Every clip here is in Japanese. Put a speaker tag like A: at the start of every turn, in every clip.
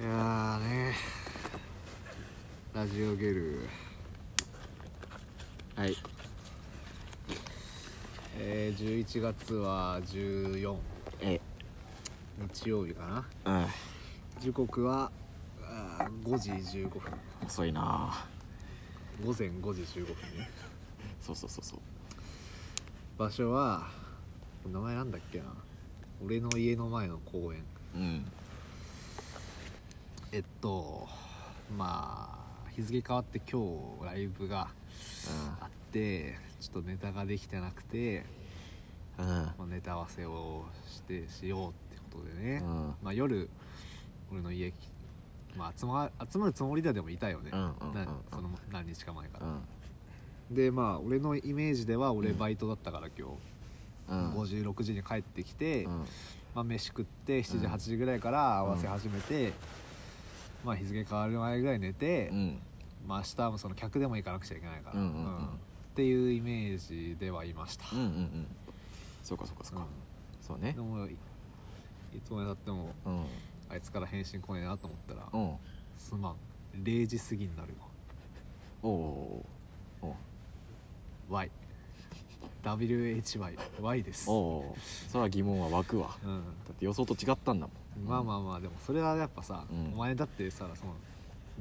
A: いやーねラジオゲルはいえー、11月は14
B: え
A: 日曜日かな
B: うん
A: 時刻はあー5時15分
B: 遅いなあ
A: 午前5時15分ね
B: そうそうそうそう
A: 場所は名前なんだっけな俺の家の前の公園
B: うん
A: えっとまあ日付変わって今日ライブがあってちょっとネタができてなくて、
B: うんうん
A: まあ、ネタ合わせをしてしようってことでね、
B: うん
A: まあ、夜俺の家来まあ、集ま集まるつもりではでもいたよね、
B: うんうんうん
A: なその何日か前か
B: う
A: ら、
B: ん
A: でまあ俺のイメージでは俺
B: うん
A: バイトだったから今
B: うん
A: 日、56時に帰ってきて、
B: うん
A: まあ、飯食って7時
B: うん
A: 8時ぐらいから合わせ始めて、まあ、日付変わる前ぐらい寝て、
B: うん
A: まあ、明日はもうその客でも行かなくちゃいけないから、
B: うんうんうん
A: っていうイメージではいました、
B: うんうんうんそうかそうかそうか、
A: う
B: そうね
A: んでもいいつまでたっても
B: うん
A: あいつから返信来ねえなと思ったら、
B: うん
A: すまん0時過ぎになる
B: おおおお
A: わ YWHYY です
B: おおそら疑問は湧くわ
A: うん、
B: だって予想と違ったんだもん
A: まあまあまあでもそれはやっぱさ、
B: うん
A: お前だってさその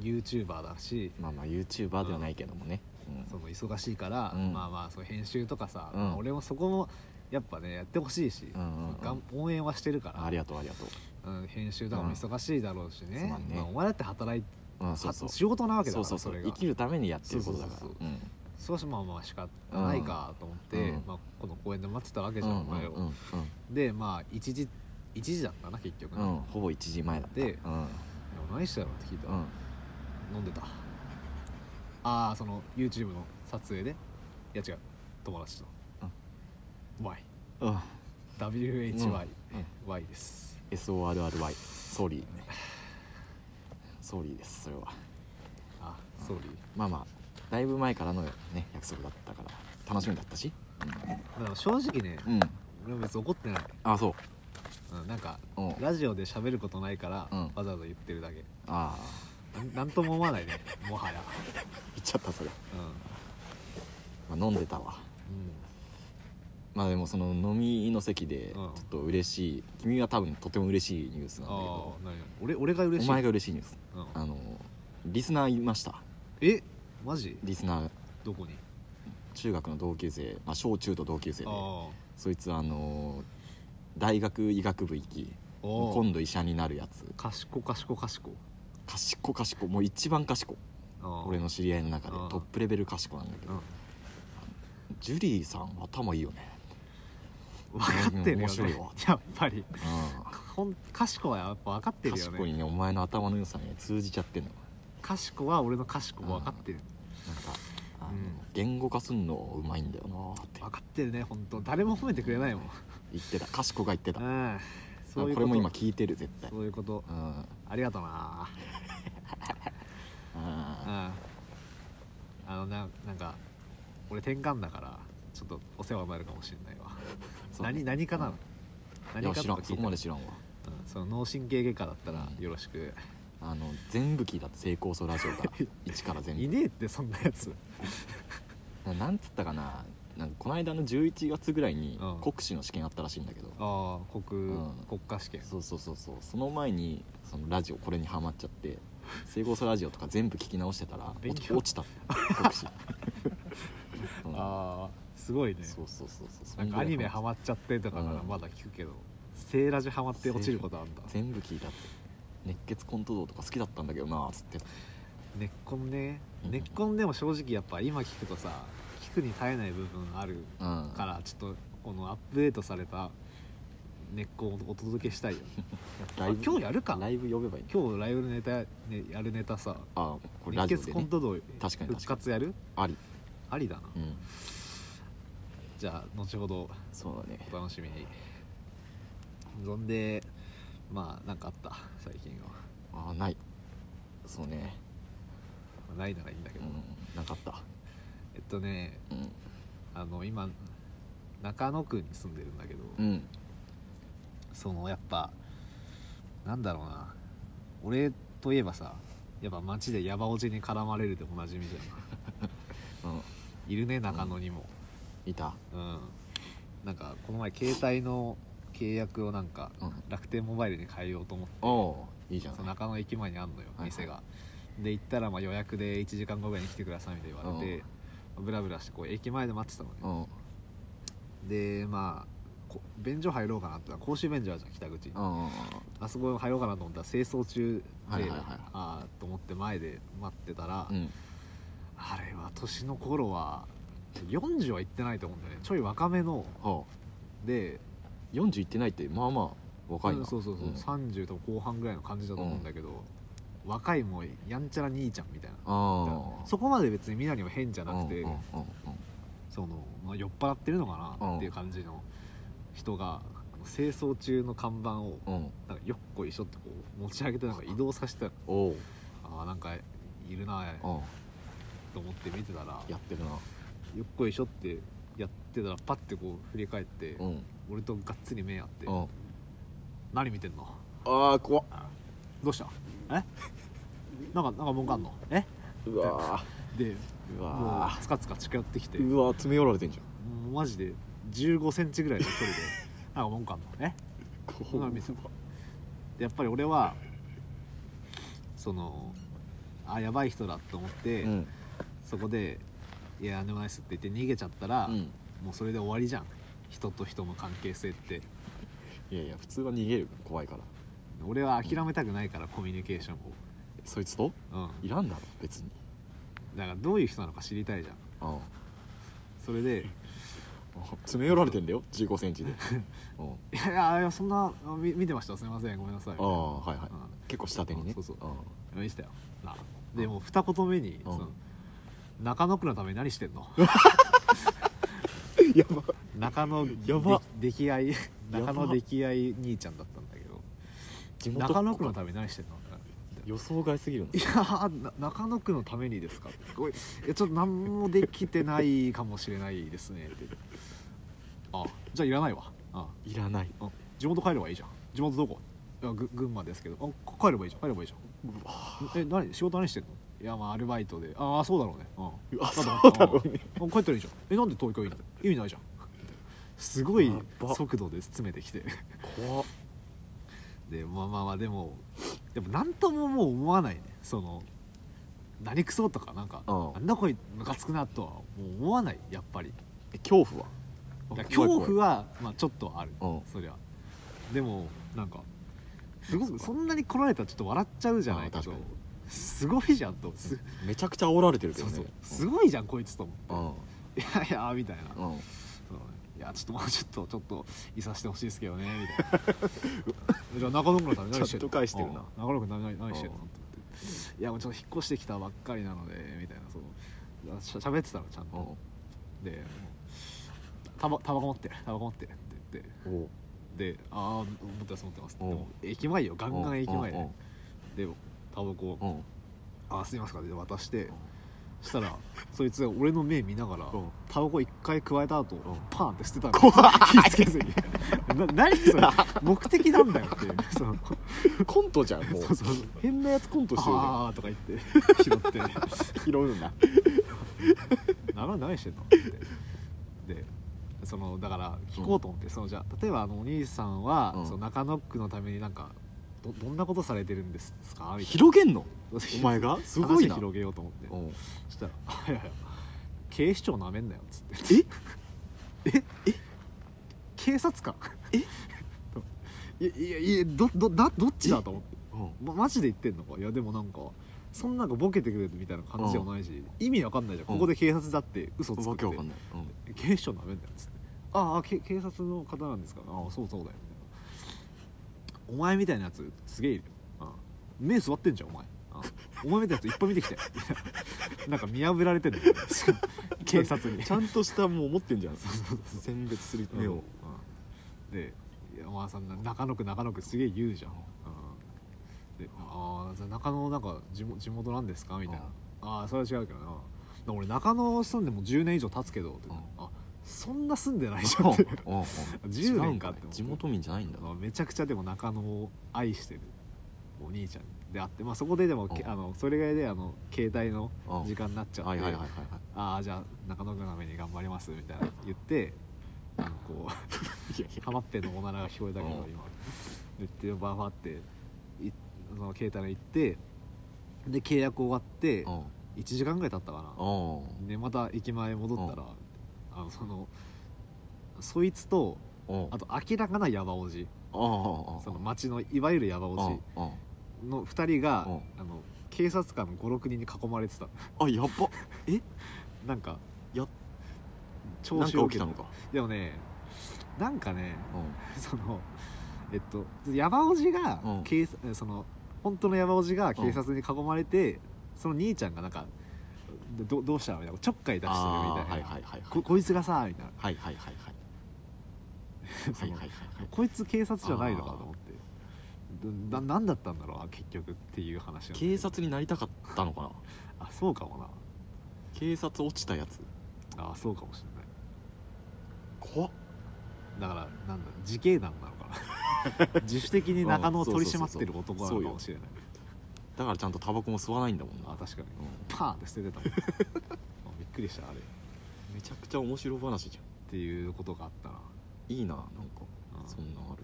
A: YouTuber だし、
B: まあまあ YouTuber ではないけどもねうん
A: その忙しいから、
B: うん
A: まあまあそう編集とかさ、
B: うん
A: まあ俺もそこもやっぱねやってほしいし、
B: うんうんうん
A: がん応援はしてるから
B: ありがとうありがと
A: うん、編集とかも忙しいだろうしね,、
B: うんそうだね
A: まあ、お前だって働いて、
B: ううんそうそう
A: 仕事なわけだか
B: そう
A: ら
B: そうそう
A: れ
B: 生
A: が
B: きるためにやってることだから
A: そうそうそう
B: うん
A: そうしまあまあ仕方ないかと思って、
B: うん
A: まあ、この公園で待ってたわけじ
B: う
A: ゃん、
B: ん
A: お前を、
B: うん
A: でまあ1時1時だったな結局
B: う
A: な、
B: んうんほぼ1時前だった
A: で
B: うん
A: 何したのって聞いた
B: う
A: ら、
B: ん
A: 飲んでたああその YouTube の撮影でいや違う友達と、Y
B: うん
A: WHYY、
B: うん
A: Y です
B: SORRY ソーリーねソーリーですそれは
A: あソーリ
B: まあまあだいぶ前からのね約束だったから楽しみだったし
A: ーでも正直ね
B: うん
A: 俺は別に怒ってない、
B: あそう
A: うん、なんか
B: うんあ
A: ラジオで喋ることないから、
B: うん
A: わざわざ言ってるだけ
B: あ
A: なんなんとも思わないね もはや
B: 言っちゃったそれ、
A: うん、
B: まあ、飲んでたわまあでもその飲みの席でちょっと嬉しい、君は多分とても嬉しいニュース
A: あ
B: なんだ
A: あ
B: けど
A: 何俺俺が嬉
B: お
A: しい
B: 前が嬉しいニュース
A: うん
B: あのリスナーいました
A: えマジ
B: リスナー
A: どこに
B: 中学の同級生、まあ、小中と同級生で
A: あ
B: そいつあの大学医学部行き
A: あお
B: 今度医者になるやつ
A: 賢賢賢
B: 賢賢もう一番賢俺
A: の
B: の知り合いの中で
A: うん
B: トップレベル賢なんだけ
A: う
B: ど、
A: ん
B: ジュリーさん頭いいよね、
A: 分かってるよ、ね、
B: 面白いわ
A: やっぱり
B: う
A: ほん賢はやっぱ分かって
B: ん、
A: るよ
B: 賢い
A: ね
B: ねお前の頭の良さに通じちゃってんの
A: 賢は俺の賢も分かってる
B: なんかあの、
A: うん
B: 言語化すんのうまいんだよなって
A: 分かってるね本当誰も褒めてくれないもん
B: 言ってた賢が言ってた
A: うんそういうこ
B: これ
A: と
B: も今聞いてる絶対
A: そういうこと
B: うん
A: ありがとなうん
B: あ
A: あのななんか俺転換だからちょっとお世話になるかもしれないわ何何かなの、
B: い
A: 何
B: や
A: か
B: 知
A: と
B: ら
A: か
B: ん
A: 聞
B: そ
A: い
B: こ
A: たら
B: まで知らんわ
A: うんその脳神経外科だったらよろしく、
B: あの全部聞いたって成功層 ラジオが一から全部
A: いねえってそんなやつ
B: ななんつったかななんかこの間の11月ぐらいに
A: うん
B: 国試の試験あったらしいんだけど、
A: ああ国、
B: うん
A: 国家試験
B: そうそうそうそうその前にそのラジオこれにハマっちゃって成功層ラジオとか全部聞き直してたら
A: 勉
B: 落
A: 強
B: ち落ちた国 試、うん
A: ああすごいね
B: そうそうそうそう
A: なんかアニメハ
B: ハ
A: マっちゃってとかなら
B: うん
A: まだ聞くけど、セーラジハマって落ちることあんだ
B: 全部聞いたって熱血コント道とか好きだったんだけどなっつって
A: 根っこんね
B: うん
A: 根っこんでも正直やっぱ今聞くとさ聞くに耐えない部分ある
B: うん
A: からちょっとこのアップデートされた根っこをお届けしたいよ
B: ライブ
A: あ今日やるか
B: ライブ呼べばいい
A: 今日ライブのネタ、ね、やるネタさ
B: あこれラ
A: 熱
B: ジ
A: 血
B: オで、ね、
A: コント道
B: 確かに確かに
A: 復活やる
B: あり
A: ありだな
B: うん
A: じゃあ後ほど
B: そうだね
A: お楽しみにそんでまあなんかあった最近は
B: あないそうね
A: まあないならいいんだけ
B: う
A: ど、
B: んなかった
A: えっとね
B: うん
A: あの今中野区に住んでるんだけど、
B: うん
A: そのやっぱなんだろうな俺といえばさやっぱ街でヤバおじに絡まれるでおなじみじゃ
C: うん
A: んいるね中野にも
C: いた
A: うん、なんかこの前携帯の契約をなんか
C: うん
A: 楽天モバイルに変えようと思って
C: おおういいじゃ
A: そ
C: な
A: の
C: い
A: 中野駅前にあんのよ
C: はいはい
A: 店が、で行ったらまあ予約で1時間後ぐらいに来てくださいみたいに言われてブラブラしてこう駅前で待ってたのね
C: うん
A: でまあこ便所入ろうかなって公衆便所あるじゃん北口に
C: うんうん
A: あそこ入ろうかなと思ったら清掃中で、
C: はいはいはい
A: ああと思って前で待ってたら、
C: うん
A: あれは年の頃は40は行ってないと思うんだよねちょい若めの
C: は
A: で
C: あ40いってないってまあまあ若いな
A: そうそうそう、
C: ん
A: 30と後半ぐらいの感じだと思うんだけど、若いもうやんちゃな兄ちゃんみたいな
C: ああ
A: そこまで別にみなにも変じゃ
C: じ
A: なくて、
C: うんうん
A: その、まあ、酔っ払ってるのかなっていう感じの人が、あの清掃中の看板を
C: うんうん
A: なんかよっこいしょってこう持ち上げてなんか移動させてたの
C: おおう
A: あーなんかいるな
C: うん
A: と思って見てたら
C: やってるな
A: よっこいしょってやってたらパッてこう振り返って、
C: うん
A: 俺とがっつり目合って
C: うん
A: 「何見てんの
C: ああ怖っ
A: どうしたえなんかなんか文句あんのえ
C: うわ
A: で
C: ーう
A: も
C: わ
A: うつかつか近寄ってきて
C: ーうわー詰め寄られてんじゃん
A: もうマジで1 5センチぐらいの距 離で「なんか文句あんのえこんなの見せろでやっぱり俺はそのあやばい人だと思って、
C: うん
A: そこで「いや何でもないっす」って言って逃げちゃったら、
C: うん
A: もうそれで終わりじゃん人と人の関係性って
C: いやいや普通は逃げる怖いから
A: 俺は諦めたくないからコミュニケーション
C: そいつと
A: をうん
C: いらんだろ別に
A: だからどういう人なのか知りたいじゃん
C: うんうん
A: それ で
C: 詰め寄られてんだよ1 5センチで うん
A: 「いやいやそんなあみ見てましたすいませんごめんなさい」
C: ああはいは
A: う
C: い
A: ん
C: 結構下手にね
A: そうそう
C: うん
A: 見せたよなでもう二言目に、
C: ん
A: その中野区のために何してんの
C: やば
A: 中野
C: やば
A: で出来 合い
C: やば
A: 中野出来合い兄ちゃんだったんだけど
C: 地元
A: 中野区のために何してんの
C: 予想外すぎるない
A: やーな中野区のためにですかってごめんいやちょっと何もできてないかもしれないですねってあじゃあいらないわあ
C: いらない
A: あ地元帰ればいいじゃん地元どこいやぐ群馬ですけどあ帰ればいいじゃん帰ればいいじゃん
C: うわ
A: え何仕事何してんのいやまあアルバイトでああそうだろうねうん
C: うわ
A: と思っ
C: そうだろうね
A: うんあ帰ったらいいじゃんえなんで東京いいの意味ないじゃんすごい
C: やば
A: 速度で詰めてき て
C: 怖っ
A: でまあまあまあでもでも何とももう思わないねその何クソとかなんか
C: うん
A: なんだこいムカつくなとはもう思わないやっぱり
C: え恐怖は
A: だから
C: あ
A: 恐
C: 怖い怖い
A: 怖はまあちょっとはある
C: うん
A: そりゃでもなんかすごくそんなに来られたらちょっと笑っちゃうじゃないけ
C: あ確
A: ど
C: かに
A: すごいじゃんとす
C: めちゃくちゃ煽られてるけ
A: そ
C: ど
A: う
C: ね
A: そうすごいじゃんこいつと思
C: う
A: っ て「
C: ん
A: いやいや」みたいな「
C: うん
A: そういやちょっともうちょっとちょっといさせてほしいですけどね」みたいな「じゃあ中野区のために何してんの?」
C: ちゃんと返してるな
A: うん中野区のために何してんの?」
C: う
A: っ
C: ん
A: て言って「いやもうちょっと引っ越してきたばっかりなので」みたいなそのしゃ喋ってたのちゃん
C: うん
A: とでもう「タバタバコ持ってるタバコ持ってる」って言って
C: おう
A: で「ああ持ってます持ってます」で
C: うん
A: も駅前よガンガン駅前
C: うん
A: でタバコ
C: うんうん
A: あすいませんで渡してしたらそいつが俺の目見ながら
C: ん
A: タバコ一回加えた後パーンって捨てたの
C: 怖い
A: 気付けずにな何それ目的なんだよっていうその
C: コントじゃんもう
A: そうそう
C: 変なやつコントしてるね
A: あーとか言って拾って
C: 拾うんだ
A: 「なら何してんの?」ってでそのだから聞こうと思って、そのじゃあ例えばあのお兄さんは、
C: うん
A: その中野区のためになんかどどんなことされてるんですかみたいな
C: 広げんの
A: お
C: お前が すごいな
A: 広げようと思って
C: うん
A: そしたら 「いやいや警視庁なめんなよ」っつって
C: え
A: 警察官 えいやいやいやどどだどっちだと思って、
C: うん
A: ま、マジで言ってんのかいやでもなんかそんなんかボケてくれるみたいな感じじゃないし、意味わかんないじゃん、
C: うん
A: ここで警察だって嘘つくっ
C: わ
A: て
C: けわかんないうん
A: 警視庁なめんだよっつって「ああけ警察の方なんですかああそうそうだよ」みたいな「お前みたいなやつすげえいるよああ目座ってんじゃんお前ああお前みたいなやついっぱい見てきたよ」みたいな なんか見破られてる 警察に
C: ちゃんとしたもう持ってんじゃん選別する目
A: 目を、
C: を
A: でいやお前さん中野区中野区すげえ言うじゃん、うんで「ああじゃあ中野なんか地元地元なんですか?」みたいな「ああそれは違うけどな」で俺中野住んでもう10年以上経つけど」って言ったらあそんな住んでないじゃん」って
C: うんうん
A: 10年か
C: 違う
A: っ
C: ん
A: て
C: だ
A: 思う
C: 地元民じゃないんだ
A: あのめちゃくちゃでも中野を愛してるお兄ちゃんにであって、まあ、そこででもけ
B: うん
A: あのそれ以外であの携帯の
B: うん
A: 時間になっちゃって、
B: はいはいはいはい
A: ああじゃあ中野区のために頑張りますみたいな言ってあのこう
B: いやい
A: ハマってのおならが聞こえたけど
B: うん
A: 今言ってバーバーっていその携帯に行ってで契約終わって
B: うん
A: 1時間ぐらい経ったかな
B: うん
A: でまた駅前戻ったら
B: うん
A: あのそのそいつと
B: うん
A: あと明らかなヤバおじ
B: うん
A: その町のいわゆるヤバおじ
B: うんうん
A: の2人が
B: うん
A: あの警察官56人に囲まれてた
B: あやっば
A: なんか
B: や
A: 聴
B: なん
A: 取
B: か
A: を
B: 起
A: 受け
B: きた
A: た
B: のか
A: でもねなんかね
B: う
A: そのえっと山おじが、
B: うん
A: 警察その本当の山おじが警察に囲まれて、その兄ちゃんがなんかでどどうしたみたいなちょっかい出
B: ん
A: してるみたいな、
B: あーはいはいはいはい
A: ここいつがさみたいな
B: はいはいはいはい
A: そ
B: はい
A: の
B: はいはいはい
A: こいつ警察じゃないのかと思ってな何だったんだろうな結局っていう話なんだけど
B: 警察になりたかったのかな
A: あそうかもな
B: 警察落ちたやつ
A: あそうかもしれな
B: 怖っ
A: いだからなんだ自警団なのか な自主的に中野を取り締まってる男なのかもしれない
B: だからちゃんとタバコも吸わないんだもんな
A: あ確かに
B: う
A: パーンって捨ててたもんあびっくりしたあれ
B: んめちゃくちゃ面白話じゃ
A: っていうことがあったな、
B: んいいななんか
A: うん
B: そんなんある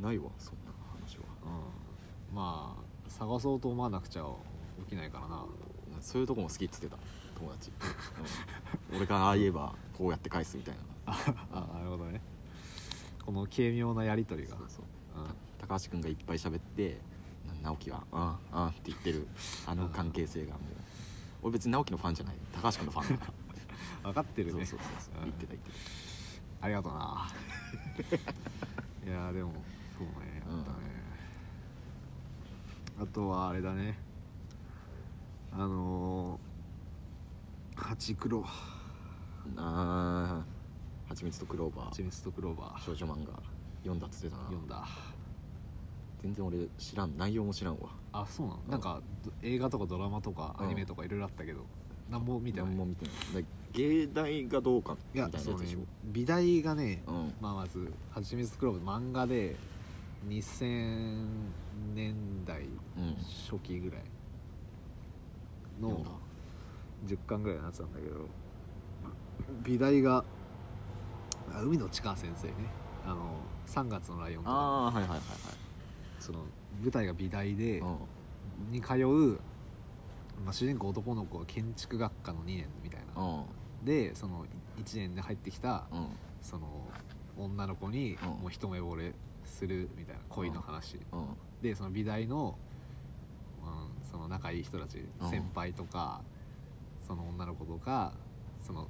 B: ないわそんな話は
A: うんまあ探そうと思わなくちゃ起きないからな
B: そういうとこも好きっつってた友達、うん俺から言えばこうやって返すみたいな
A: あなるほどねこの軽妙なやり取りが
B: そうそう
A: うん
B: た高橋君がいっぱい喋ってな直樹が「あんあん」って言ってるあの関係性がもう俺別に直樹のファンじゃない高橋君のファンだから
A: 分かってる
B: そ
A: ね
B: うそうそうそう
A: うん
B: 言ってた言ってた
A: ありがとうないやでもそうねあったね、あとはあれだねあのー、八黒ハ
B: あーはちみつとクローバ
A: チ
B: ー
A: ミツとクローバー
B: 少女漫画読んだっつってたな
A: 読んだ
B: 全然俺知らん内容も知らんわ
A: あそうなの
B: うん
A: なんかど映画とかドラマとか
B: うん
A: アニメとかいろいろあったけど何も見てない
B: 何も
A: い
B: 見てないだ芸大がどうかみた
A: や
B: いなやつ
A: そうね
B: でしょ
A: 美大がね
B: うん
A: まあまず「はちみつクローブ」漫画で2000年代
B: うん
A: 初期ぐらい
B: 読ん
A: の
B: だ
A: 10巻ぐらいのやつなんだけど美大があ海の地下先生ねあの3月のライオンとか
B: ああはいはいはい
A: その舞台が美大で、
B: はい
A: に通う、まあ、主人公男の子は建築学科の2年みたいな、
B: うんうん
A: でその1年で入ってきた
B: うん
A: その女の子に
B: うん
A: もう一目惚れするみたいな恋の話、
B: うん
A: でその美大の,、うん、その仲いい人たち、
B: うん
A: 先輩とかその女の子とかその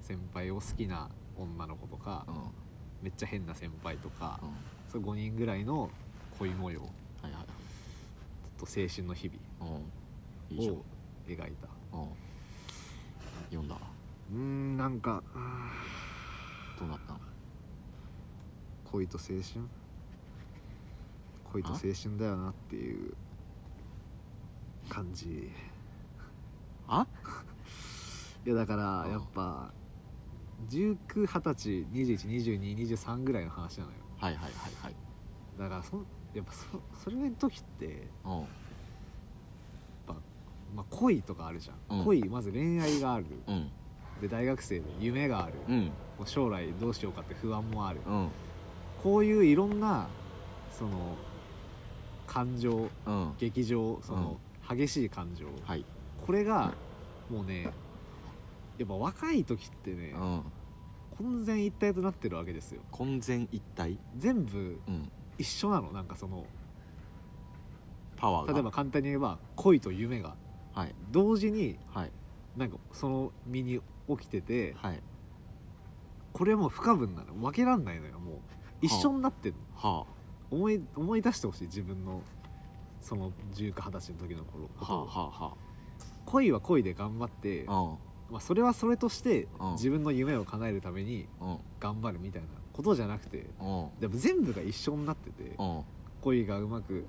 A: 先輩を好きな女の子とか、
B: うんうん
A: めっちゃ変な先輩とか、
B: は
A: そう5人ぐらいの恋模様
B: いはいはい
A: と青春の日
B: うんいいじゃん
A: 々を描いた
B: うん読んだ
A: うーんなんかうーん
B: どうなったの
A: 恋と青春恋と青春だよなっていう感じ
B: あ
A: いやだか
B: うん
A: らやっぱ1920212223ぐらいの話なのよ
B: はいはいはいはい
A: だからそんやっぱそそれの時ってやっ
B: うん
A: ぱ、まあ、恋とかあるじゃん、
B: うん
A: 恋まず恋愛がある
B: うん
A: で大学生の夢がある、
B: うん
A: もう将来どうしようかって不安もある、
B: うん
A: こういういろんなその感情
B: うん
A: 劇場その、激しい感情、
B: はい
A: これがもうねやっぱ若い時ってね
B: うん
A: 混然一体となってるわけですよ
B: 混然一体
A: 全部
B: うん
A: 一緒なのなんかその
B: パワーが
A: 例えば簡単に言えば恋と夢が
B: はい
A: 同時に
B: はい
A: なんかその身に起きてて
B: はい
A: これはもう不可分なの分けらんないのよもう一緒になってんの
B: は
A: 思い思い出してほしい自分のその10か20歳の時の頃
B: あはあは
A: 恋は恋で頑張って
B: あは
A: まあ、それはそれとして
B: うん
A: 自分の夢を叶えるために
B: あうんうん
A: 頑張るみたいなことじゃなくて
B: うん
A: でも全部が一緒になってて
B: うん
A: 恋がうまく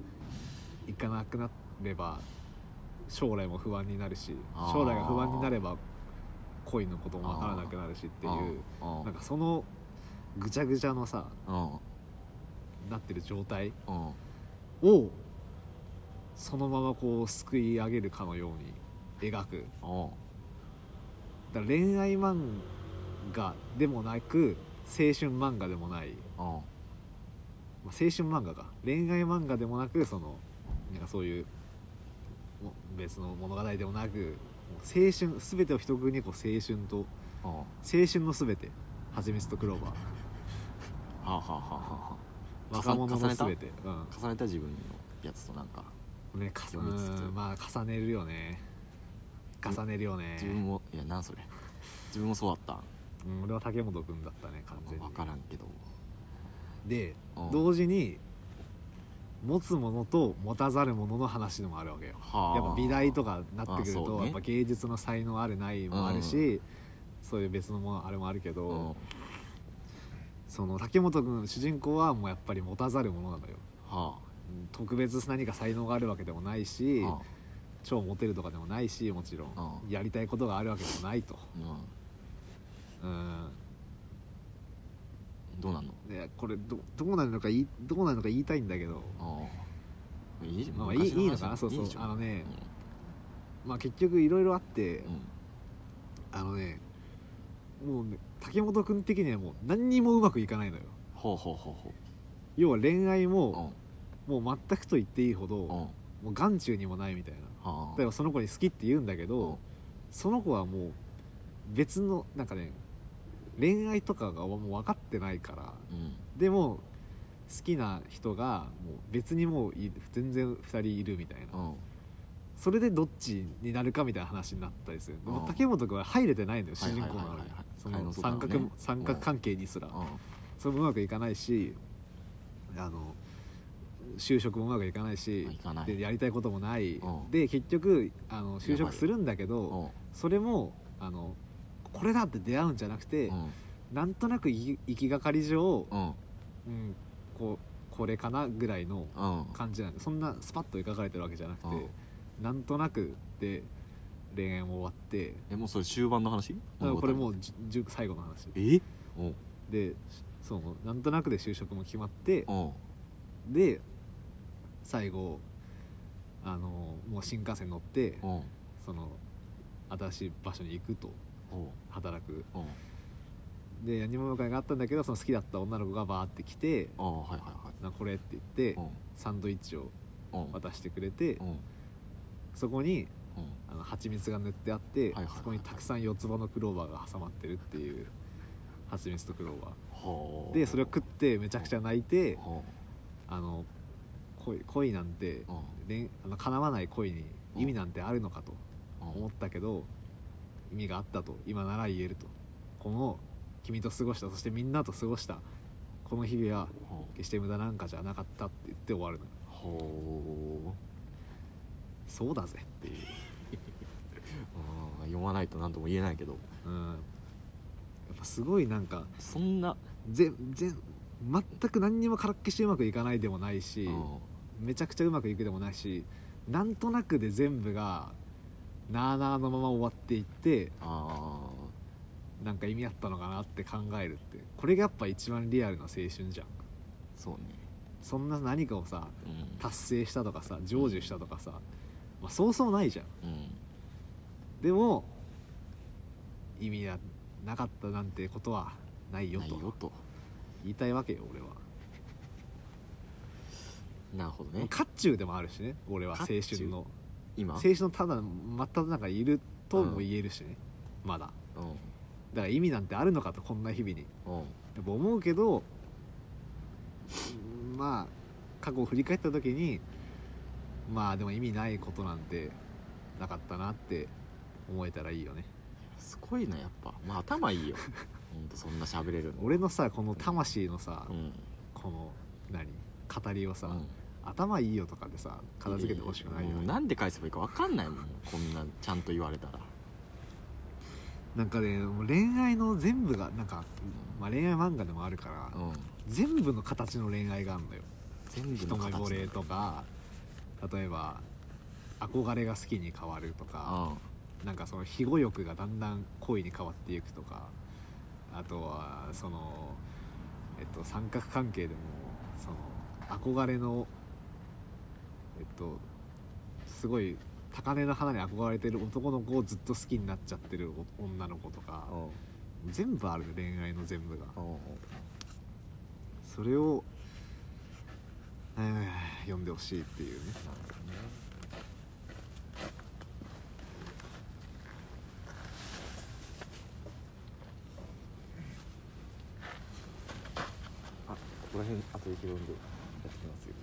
A: いかなくなれば将来も不安になるし
B: あー
A: 将来が不安になれば恋のこともわからなくなるしっていう
B: うん
A: なんかそのぐちゃぐちゃのさ
B: うん
A: なってる状態
B: うん
A: をそのままこうすくい上げるかのように描く
B: お
A: だから恋愛漫画でもなく青春漫画でもない、
B: うお
A: まあ、青春漫画か恋愛漫画でもなくそのなんかそういうも別の物語でもなくもう青春全てを一括りにこう青春と
B: うおう
A: 青春の全てはちみつとクローバー
B: はあ、はあはあは重
A: 若者
B: 重
A: の
B: ねた
A: 全てうん
B: あ、重ねた自分のやつとなんか
A: ね、かさ
B: 読みつつ
A: うんまあ重ねるよね重ねるよね
B: 自分もいやなんそれ自分もそうだっ
A: うん、俺は竹本君だったね
B: た
A: 完全に
B: 分からんけど
A: で
B: うん
A: 同時に持つものと持たざるものの話でもあるわけよ
B: はあ
A: やっぱ美大とかなってくる
B: あーそ
A: と
B: う、ね
A: やっぱ芸術の才能あるないもあるし、そういう別のものあれもあるけど、
B: うんは
A: その竹本君主人公はもうやっぱり持たざるものなのよ
B: あ
A: うん特別何か才能があるわけでもないし、
B: は
A: 超モテるとかでもないしもちろん、
B: うん
A: やりたいことがあるわけでもないと、
B: あうん
A: うん、
B: どうなんの
A: ね、これどどうなるのか言いどうなるのか言いたいんだけど、
B: ああいいじゃん
A: まあ、いい
B: 昔話
A: いいのかなそうそう
B: いいじゃん
A: あのね
B: うん
A: まあ、結局いろいろあって、
B: うん
A: あのねもうね竹本君的にはもう何にもうまくいかないのよ
B: ほうほうほうほ
A: 要は恋愛
B: ううん
A: も、もう全くと言っていいほど、
B: うん
A: もう眼中にもないみたいな
B: はあ
A: 例えばその子に好きって言うんだけど、
B: うん
A: その子はもう別のなんかね恋愛とかがもう分かってないから
B: うん
A: でも好きな人がもう別にもうい全然2人いるみたいな、
B: うん
A: それでどっちになるかみたいな話になったりするでも
B: うん
A: 竹本君は入れてないのよ主
B: はい
A: 人
B: はいはい
A: 公なのに
B: はいはい
A: そ
B: はいの
A: の
B: そうだ
A: 三
B: ね
A: 角も
B: うん
A: 三角関係にすら
B: う
A: それもうまくいかないしあの就職もうまくいかないし
B: まあいかない
A: でやりたいこともない
B: うん
A: で結局あの就
B: やば
A: 職
B: いよ
A: するんだけ
B: ん
A: どそれもあのこれだって出会うんじゃなくて
B: うん
A: なんとなく行き行きがかり上、
B: うん
A: うん、こうこれかなぐらいの
B: うん
A: 感じなんでそんなスパッと描かれてるわけじゃなくて、
B: うん
A: なんとなくで恋愛も終わって
B: えもうそれ終盤の話
A: だからこれも
B: う
A: うじゅ最後の話
B: えお
A: でそのなんとなくで就職も決まって
B: お
A: で最後あのもう新幹線乗って
B: お
A: その新しい場所に行くと
B: お
A: 働く
B: お
A: で何も会があったんだけどその好きだった女の子がバーって来て
B: あはいはいは
A: 「
B: い
A: なこれ」って言って
B: お
A: サンドイッチを
B: お
A: 渡してくれて
B: お
A: そこに
B: お
A: あの蜂蜜が塗ってあって、
B: はいはいはい
A: そこにたくさん四つ葉のクローバーが挟まってるっていう蜂蜜とクローバ
B: ほ
A: ー
B: う
A: でそれを食ってめちゃくちゃ泣いて
B: ほ
A: あの恋恋なんて
B: ううん
A: 恋あの叶わない恋に意味なんてあるのかと
B: うん
A: 思ったけど意味があったと今なら言えるとこの君と過ごしたそしてみんなと過ごしたこの日々は
B: ほう
A: 決して無駄なんかじゃなかったって言って終わるのよ
B: ほう
A: そうだぜっていう
B: うん読まないと何とも言えないけど
A: うんやっぱすごいなんか
B: そんな
A: 全全全く何にもからっきしうまくいかないでもないし、
B: うん
A: めちゃくちゃうまくいくでもないしなんとなくで全部がなあなあのまま終わっていって
B: あ
A: なんか意味あったのかなって考えるってこれがやっぱ一番リアルな青春じゃん
B: ーそうね
A: そんな何かをさ
B: うん
A: 達成したとかさ成就したとかさ、まあ、そうそうないじゃん
B: うん
A: でも意味がなかったなんてことはないよ
B: ない
A: と
B: よと
A: 言いたいわけよ俺は
B: なるほどね
A: 甲冑でもあるしね俺は青春の
B: 今
A: 青春のただ真っ只中にいるとも言えるしね、まだ
B: うん
A: だから意味なんてあるのかとこんな日々に
B: うん
A: やっぱ思うけどうんまあ過去を振り返った時にまあでも意味ないことなんてなかったなって思えたらいいよね
B: すごいなやっぱまあ頭 いいよほんとそんな喋れるの
A: 俺のさこの魂のさ、
B: うん
A: この何語りをさ、
B: うん
A: 頭いいよとかでさ片付けてほしくないよ
B: もう
A: ね
B: なんで返せばいいか分かんないもんこんなちゃんと言われたら
A: なんかねもう恋愛の全部がなんか、まあ、恋愛漫画でもあるから、
B: うん
A: 全部の形の恋愛があるのよ
B: 全部
A: 一
B: の
A: 目
B: 形
A: 惚れとか例えば憧れが好きに変わるとか
B: あ
A: なんかその庇護欲がだんだん恋に変わっていくとかあとはその、えっと、三角関係でもその憧れのえっとすごい高嶺の花に憧れてる男の子をずっと好きになっちゃってる女の子とか全部あるね恋愛の全部がそれを、えー、読んでほしいっていうね
B: あここら辺後で拾うんでやってきますよ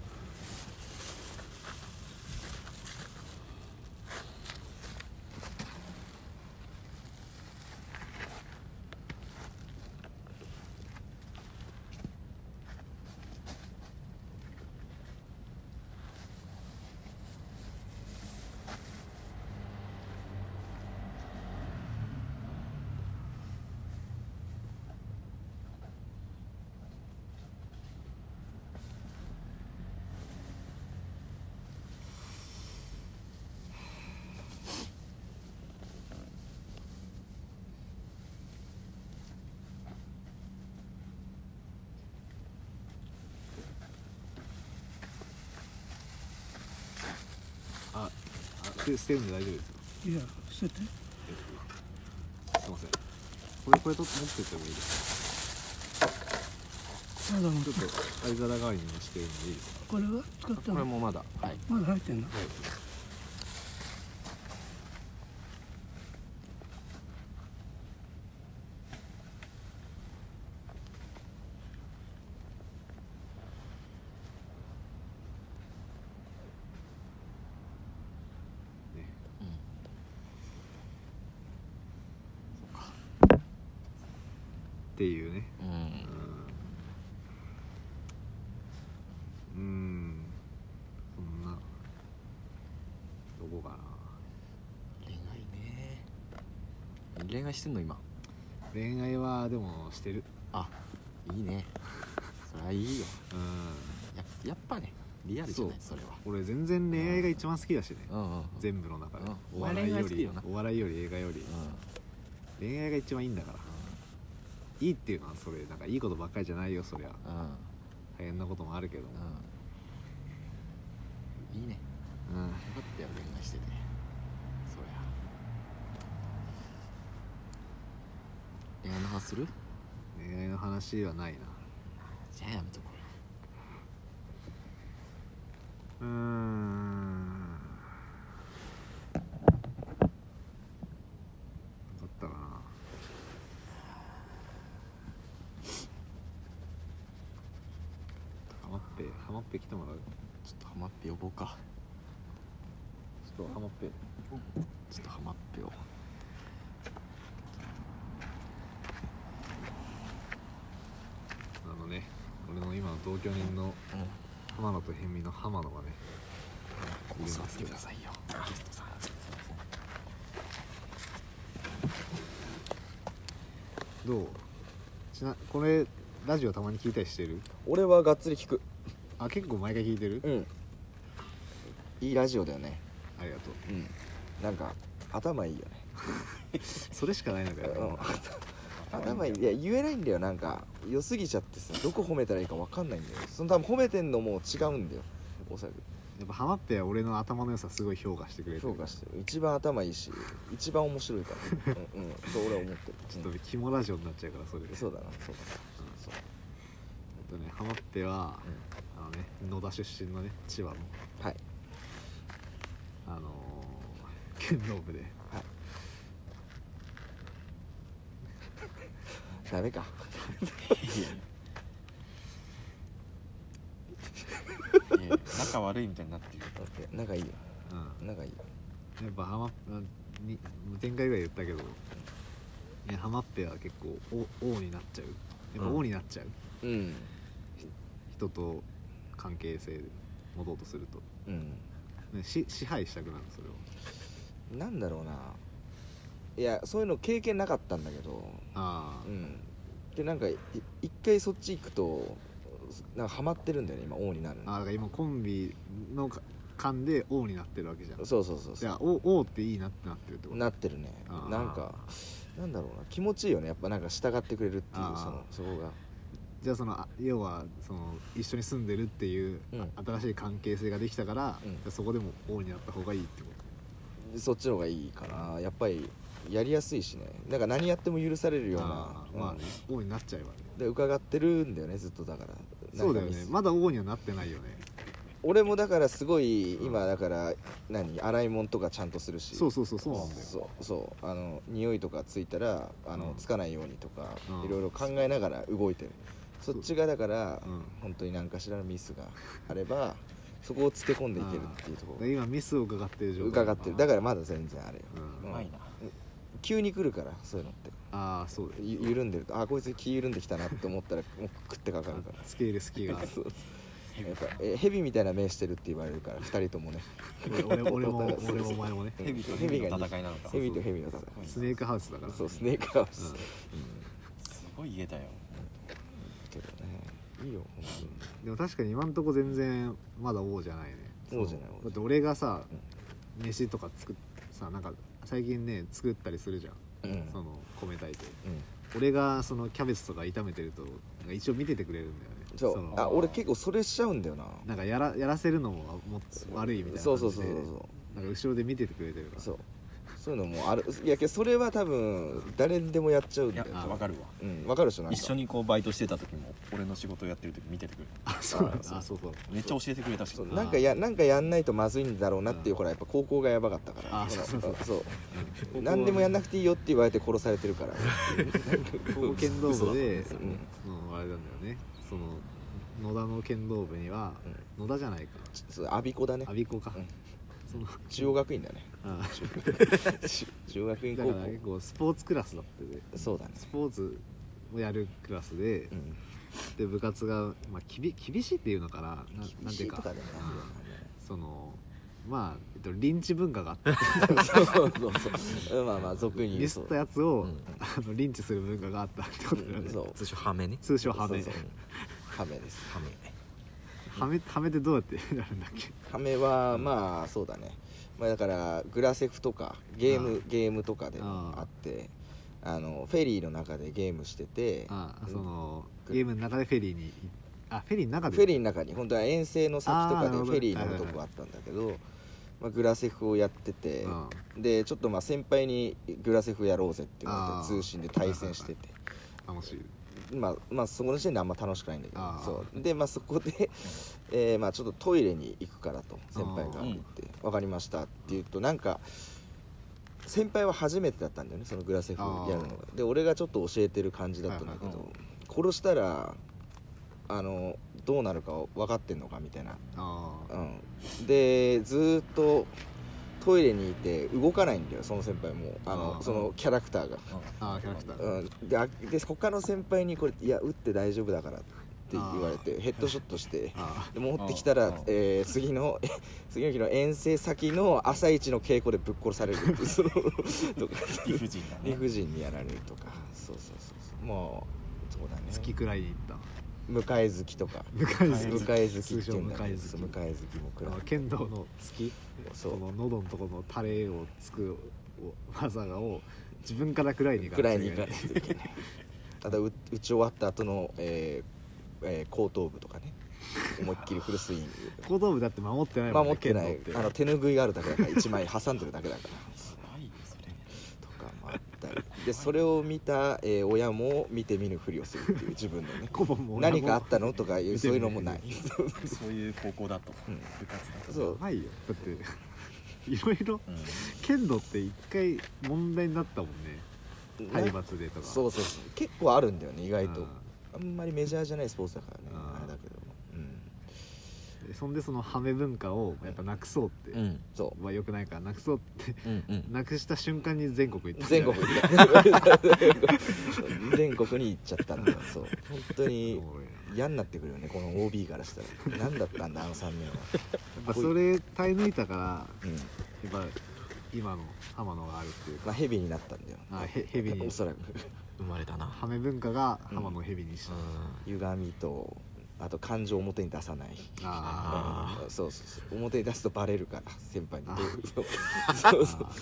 A: ああ捨て捨てるんで大丈夫ですよ
D: いや捨てて
A: すいませんこれこれと持ってってもいいですか
D: まだ持っ
A: ちょ
D: て
A: っと灰皿代わりにしてるんでいいですか
D: これは使った
B: これ
D: の
B: もまだはい
D: まだ入ってんの
A: はいねっていうね
B: うん、うん
A: うーんそんなどこかな
B: 恋愛ね恋愛してんの今
A: 恋愛はでもしてる
B: あいいねそれはいいよ
A: うん
B: ややっぱねリアルじゃないそれは
A: 俺全然恋愛が一番好きだしね
B: うんうんうん
A: 全部の中で
B: うん
A: お笑いよ
B: お笑いが好き
A: り
B: よな
A: お笑いより映画より
B: うん
A: 恋愛が一番いいんだからいいっていうのはそれなんかいいことばっかりじゃないよそりゃ
B: うんうん
A: 大変なこともあるけども
B: うんいいね
A: うん
B: よかったよ恋愛しててそりゃ恋愛の話する
A: 恋愛の話はないな
B: じゃあやめとこ
A: うーん分かったかなハマっぺハマっぺ来てもらう
B: うちょっとハマっぺ呼ぼうか
A: ちょっとハマっぺ
B: ちょっとハマっぺを
A: あのね俺の今の同居人の
B: うん
A: 浜野と辺見の浜野がね
B: こう座ってくださいよゲストさん
A: どうちなこれラジオたまに聞いたりしてる
B: 俺はがっつり聞く
A: あ結構毎回聞いてる
B: うんいいラジオだよね
A: ありがとう
B: うんなんか頭いいよね
A: それしかないのか
B: う
A: よ
B: ん頭いいいや言えないんだよなんか良すぎちゃってさどこ褒めたらいいか分かんないんだよその多分褒めてんのも違うんだよおそらく
A: やっぱハマっぺは俺の頭の良さすごい評価してくれてる
B: 評価してる一番頭いいし一番面白い から、うんうんと俺は思ってる
A: ちょっと肝ラジオになっちゃうからそれ
B: う
A: で
B: んそうだなそうだなそう
A: えっとねハマっては、あのね野田出身のね千葉の
B: うんはい
A: あのー、剣道部で
B: ダメか
E: いや仲悪いみたいになってる
B: オッケー仲いいよ
A: うん
B: 仲いいよ
A: やっぱハマうんに前回ぐらい言ったけど、ね、ハマっては結構お王になっちゃうやっぱ王になっちゃう、
B: うん
A: 人と関係性で持とうとすると、
B: うん
A: ね、し支配したくなるそれを
B: なんだろうないやそういうの経験なかったんだけど
A: ああ、
B: うんでなんかい一回そっち行くとなんかハマってるんだよね今王になる
A: あー
B: の
A: だから今コンビの間で王になってるわけじゃんい
B: そうそうそうそ
A: や王王っていいなってなってるってこと
B: うなってるね
A: あー
B: なんかなんだろうな気持ちいいよねやっぱなんか従ってくれるっていう
A: あー
B: そのそこが
A: じゃあそのあ要はその一緒に住んでるっていう
C: うん
A: 新しい関係性ができたから、
C: うん
A: じゃあそこでも王になった方がいいってこ
C: そっちの方がいいかなやっぱりやりやすいしねなんか何やっても許される
A: と
C: よう
A: あー
C: な
A: まあ、
C: うん
A: 王になっちゃえばね
C: で伺ってるんだよねずっとだから
A: そうだよ
C: なん
A: ね
C: かミス
A: まだ王にはなってないよね
C: 俺もだからすごい今だから何洗い物とかちゃんとするし
A: そうそうそうそうなんだよ
C: そうそうあの匂いとかついたらあの、
A: うん
C: つかないようにとか、
A: うん
C: いろいろ考えながら動いてるそっちがだから、
A: うん
C: 本当に何かしらのミスがあればそこをつけ込んでいけるっていうとこ
A: だから
C: ろ
A: 今ミスを伺ってる状態
C: 伺ってるだからまだ全然あれよ、
A: うん
C: う
F: うんまいな
C: 急に来るからそういうのって
A: ああそうだよ
C: ゆ緩んでるとあこいつ気緩んできたなって思ったらもう食ってかかるから
A: スケール好きが
C: そうやっぱえ蛇みたいな目してるって言われるから2人ともね
A: 俺俺 も俺もお前もね
C: うん
F: 蛇と蛇の戦いなのか
C: 蛇と蛇の戦い
A: スネークハウスだから
C: そうスネークハウス、
F: すごい家だよ
C: けどねいいよ本当に
A: でも確かに今んとこ全然まだ王じゃないね
C: 王じゃ
A: そう
C: ない王じゃない
A: だって俺がさ、飯とか作っさなんか最近ね作ったりするじゃん、
C: うん
A: その米炊いて
C: うん
A: 俺がそのキャベツとか炒めてるとなんか一応見ててくれるんだよね
C: そう
A: の
C: あ俺結構それしちゃうんだよな
A: なんかやらやらせるのももっと悪いみたいな
C: そうそう
A: 感じ
C: そう
A: で
C: そう
A: なんか後ろで見ててくれてるから
C: そうそういうのもあるいやけどそれは多分誰にでもやっちゃうん
F: い
C: だよ
F: や
A: あ
F: わかるわ
C: うんわかるでしょなんか
F: 一緒にこうバイトしてた時も俺の仕事やってる時見ててくれた
A: あ そうなんだあそうそう
F: めっちゃ教えてくれたし
C: そうなんかやなんかやんないとまずいんだろうなっていうほらやっぱ高校がやばかったから
A: あそうそうそう
C: そう何でもやんなくていいよって言われて殺されてる から
A: ここ剣道部で、
C: 嘘だ
A: うんあれなんだよねその野田の剣道部には、野田じゃないか
C: そうアビコだね
A: 阿鼻子か、
C: うん
A: その
C: 中央学院だね
A: ああ
C: 中央学院
A: だ
C: 高
A: か
C: 校
A: ら結構スポーツクラスだってね
C: そうだね
A: スポーツをやるクラスで,、
C: うん
A: で部活が、まあ、きび厳しいっていうのかなな
C: 厳しいとかでも
A: う
C: ない
A: ん
C: よ
A: そのまあ、えっと、臨時文化があって
C: なそうそうそうまあまあ俗に言
A: リ
C: う
A: ス
C: そ
A: っ
C: う
A: たやつを、
C: うん
A: あのリンチする文化があったってことだよね、
C: そう
B: 通称ハメね
A: 通称ハメ
C: そうそうハメです
B: ハメ
A: ハメハメってどうやってやるんだっけ
C: ハメはまあそうだね、まあ、だからグラセフとかゲームゲームとかでもあってあのフェリーの中でゲームしてて
A: ああ
C: うん
A: そのゲームの中でフェリーにあフェリーの中で
C: フェリーの中に本当は遠征の先と
A: あー
C: か
A: な
C: で
A: るほ
C: フ
A: ど
C: ェリー乗るとこあったんだけど、まあ、グラセフをやってて、
A: うん
C: でちょっとまあ先輩にグラセフやろうぜって言わ
A: あ
C: れ
A: ー
C: て通信で対戦してて。
A: 楽しい
C: まあまあ、そこの時点であんま楽しくないんだけ
A: あー
C: どそうで、まあ、そこで、えーまあ、ちょっとトイレに行くからと先輩が言って「分かりました」って言うとなんか先輩は初めてだったんだよねそのグラセフやるのがで俺がちょっと教えてる感じだったんだけ
F: はいはい
C: ど殺したらあのどうなるか分かってんのかみたいな、
A: ああ
C: うん、でずーっとトイレにいて動かないんだよその先輩もあの
A: あー
C: そのキャラクターが。
A: ああキャラクター、
C: うん、であで他の先輩にこれ「いや打って大丈夫だから」って言われてヘッドショットして
A: あ
C: で持ってきたら
F: あー、
C: えー次の次の日の遠征先の朝一の稽古でぶっ殺され るっていうそのとか
F: 理不尽だ
C: 理
F: ね
C: 不尽にやられるとかそうそうそうそうもうそうだね
A: あ月くらいに行った
C: 向かい好きとか
A: 向かい好き
C: 向かい好きっ
A: 通
C: て
A: 称
C: いうん
A: 向
C: だ
A: か
C: け
A: い好き
C: どそう向かい好きもく
A: あ
C: ら
A: の剣道の月
C: そ
A: そうの喉のところのタレをつく技を自分からくらいに
C: くらい
A: な
C: に
A: きゃ
C: 行か
A: け
C: ないといけないあとう打ち終わった後の、えーえー後頭部とかね思いっきりフルスイング
A: 後頭部だって守ってないもん
C: 守ってない
A: 剣道
C: あの手ぬぐいがあるだけだから1枚挟んでるだけだから
F: ないよそれ
C: とかもあったりでそれを見た、えー親も見て見ぬふりをするっていう自分のね
A: 顧問も
C: 何かあ
A: っ
C: ったのとかいうそういうのもない
F: そういう高校だと
C: うん
F: 部活だと
C: そ
A: や
C: う
A: ばいよだっていろいろ
F: うん
A: 剣道って一回問題になったもんね
C: な
A: 体罰でとか
C: そうそうそう結構あるんだよね意外と
A: うん
C: あんまりメジャーじゃないスポーツだからね
A: あー
C: あれだけどう
A: でそんでそのハメ文化をやっぱなくそうって、
C: ん、うん、そう
A: まあよくないからなくそうって
C: うんうん
A: なくした瞬間に全国行った
C: 全国 行った全国に行っちゃったんだよそう本当に
A: おもろいな
C: 嫌になってくるよねこの OB からしたら何だったんだあの3名
A: や
C: は
A: っぱそれ耐え抜いたから
C: うん
A: やっぱ今の浜野があるっていうか
C: まあヘビになったんだよ
A: あへ蛇に
C: おそらく
B: 生まれたな
A: ハメ文化が浜野を蛇にし
B: う
A: た、
B: ん
C: 歪みとあと感情を表に出さない
A: あ
B: あ
C: そうそうそう表に出すとバレるから先輩に
A: あ
C: そうそう
A: あ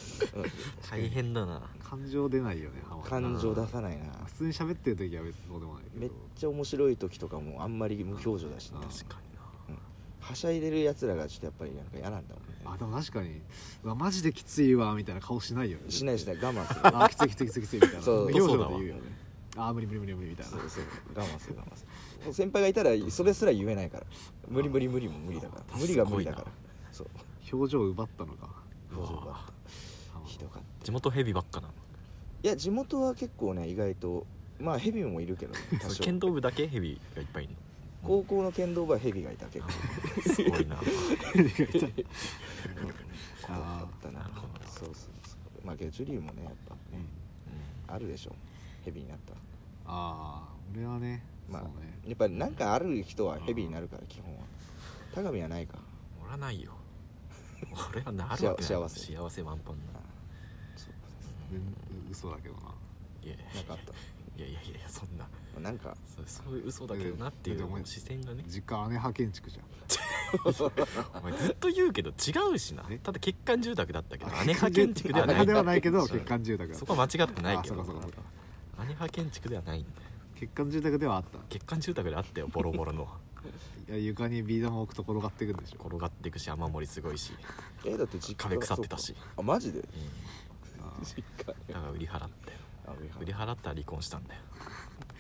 A: ー
B: 大変だな
A: 感情出ないよねあんまり
C: 感情出さないな
A: 普通に喋ってる時は別にそうでもないけど
C: めっちゃ面白い時とかもあんまり無表情だし、ね
A: あ、
B: 確かにな
C: はしゃいでるやつらがちょっとやっぱりなんか嫌なんだもんね
A: あでも確かにうわマジできついわみたいな顔しないよね
C: しないしない我 慢する
A: あーきついきついきついきついみたいな
C: そう
A: 表情で言うよねあー無理無理無理無理みたい
C: そ
A: な
C: うそう我慢する我慢する先輩がいたらそれすら言えないから無理無理無理も無理だから無理が無理だからそう
A: 表情を奪ったのか
C: 表情が
A: あの
C: ひどかった
B: 地元ヘビばっかない
C: や地元は結構ね意外とまあヘビもいるけ どね多
B: の
C: 少
B: 剣道部だけヘビがいっぱいいる
C: 高校の剣道部はヘビがいた結構
B: のすごいな
C: 怖かったな
B: あー
C: そうそうそうまあけどジュリーもねやっぱ
A: う
C: ね
A: ん
C: あるでしょヘビになったら
A: ああ俺はね
C: まあ
A: そうね
C: やっぱりなんかある人はヘビになるから基本は田上はないか
B: おらないよ俺はなるわけない
C: 幸せ
B: 幸せ満帆
C: あ
B: な
C: ーそう
A: 全嘘だけどない
B: やいや
C: なんかあった
B: いやいやいやそんな
C: なんか
B: そうそういう嘘だけどなってい
A: だ
B: う
A: ってお前
B: 視線がね
A: 実家姉派建築じゃん
B: お前ずっと言うけど違うしな
A: え
B: ただ欠陥住宅だったけど姉派建築で
A: 姉
B: はな
A: 派
B: い
A: ではないけど
B: うん
A: 欠陥住宅だ
B: そこは間違ってないけ
A: あ
B: ど
A: そうかそうかそうか
B: 姉派建築ではないんだよ
A: 欠陥住宅ではあった
B: 欠陥住宅であったよボロボロの
A: いや床にビー玉置くと転がっていくんでしょ
B: 転がっていくし雨漏りすごいし
C: えだって実家
B: 壁腐ってたし
C: そうかあマジで
A: あー
C: 実家
B: うんだから売り払ったよ
C: あ上原
B: 売り払ったら離婚したんだよ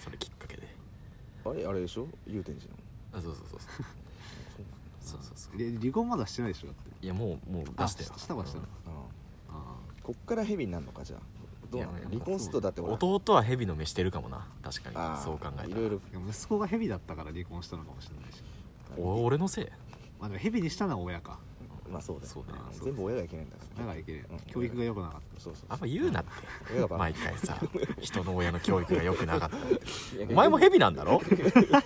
B: それきっかけで
C: あれあれでしょ祐天寺の
B: あそうそうそうそうそうそうそう
A: で離婚まだしてないでしょだって
B: いやもうもう出したよ
A: あしたわしたわ
C: あ
A: あー
C: あこっからヘビになるのかじゃあどうなの
B: いや
C: 離婚するとだってほら
B: 弟は蛇の目してるかもな確か
C: あ
B: に
C: あ
B: そう考えたら
C: いろいろ
A: でも息子がヘビだったから離婚したのかもしれないし
B: お俺のせい
A: まあでもヘビにしたのは親か
C: まあそうだよ
B: そうだよ
C: ああ
B: そう
C: 全部親がいけないんだから
A: だから
C: ね
A: いける
C: うん
A: 教育が良くなかっ
C: そうそう
B: あんま言うなって
C: 親がバカ
B: 毎回 さ人の親の教育が良くなかったって
C: いや
B: お前も蛇なんだ ろ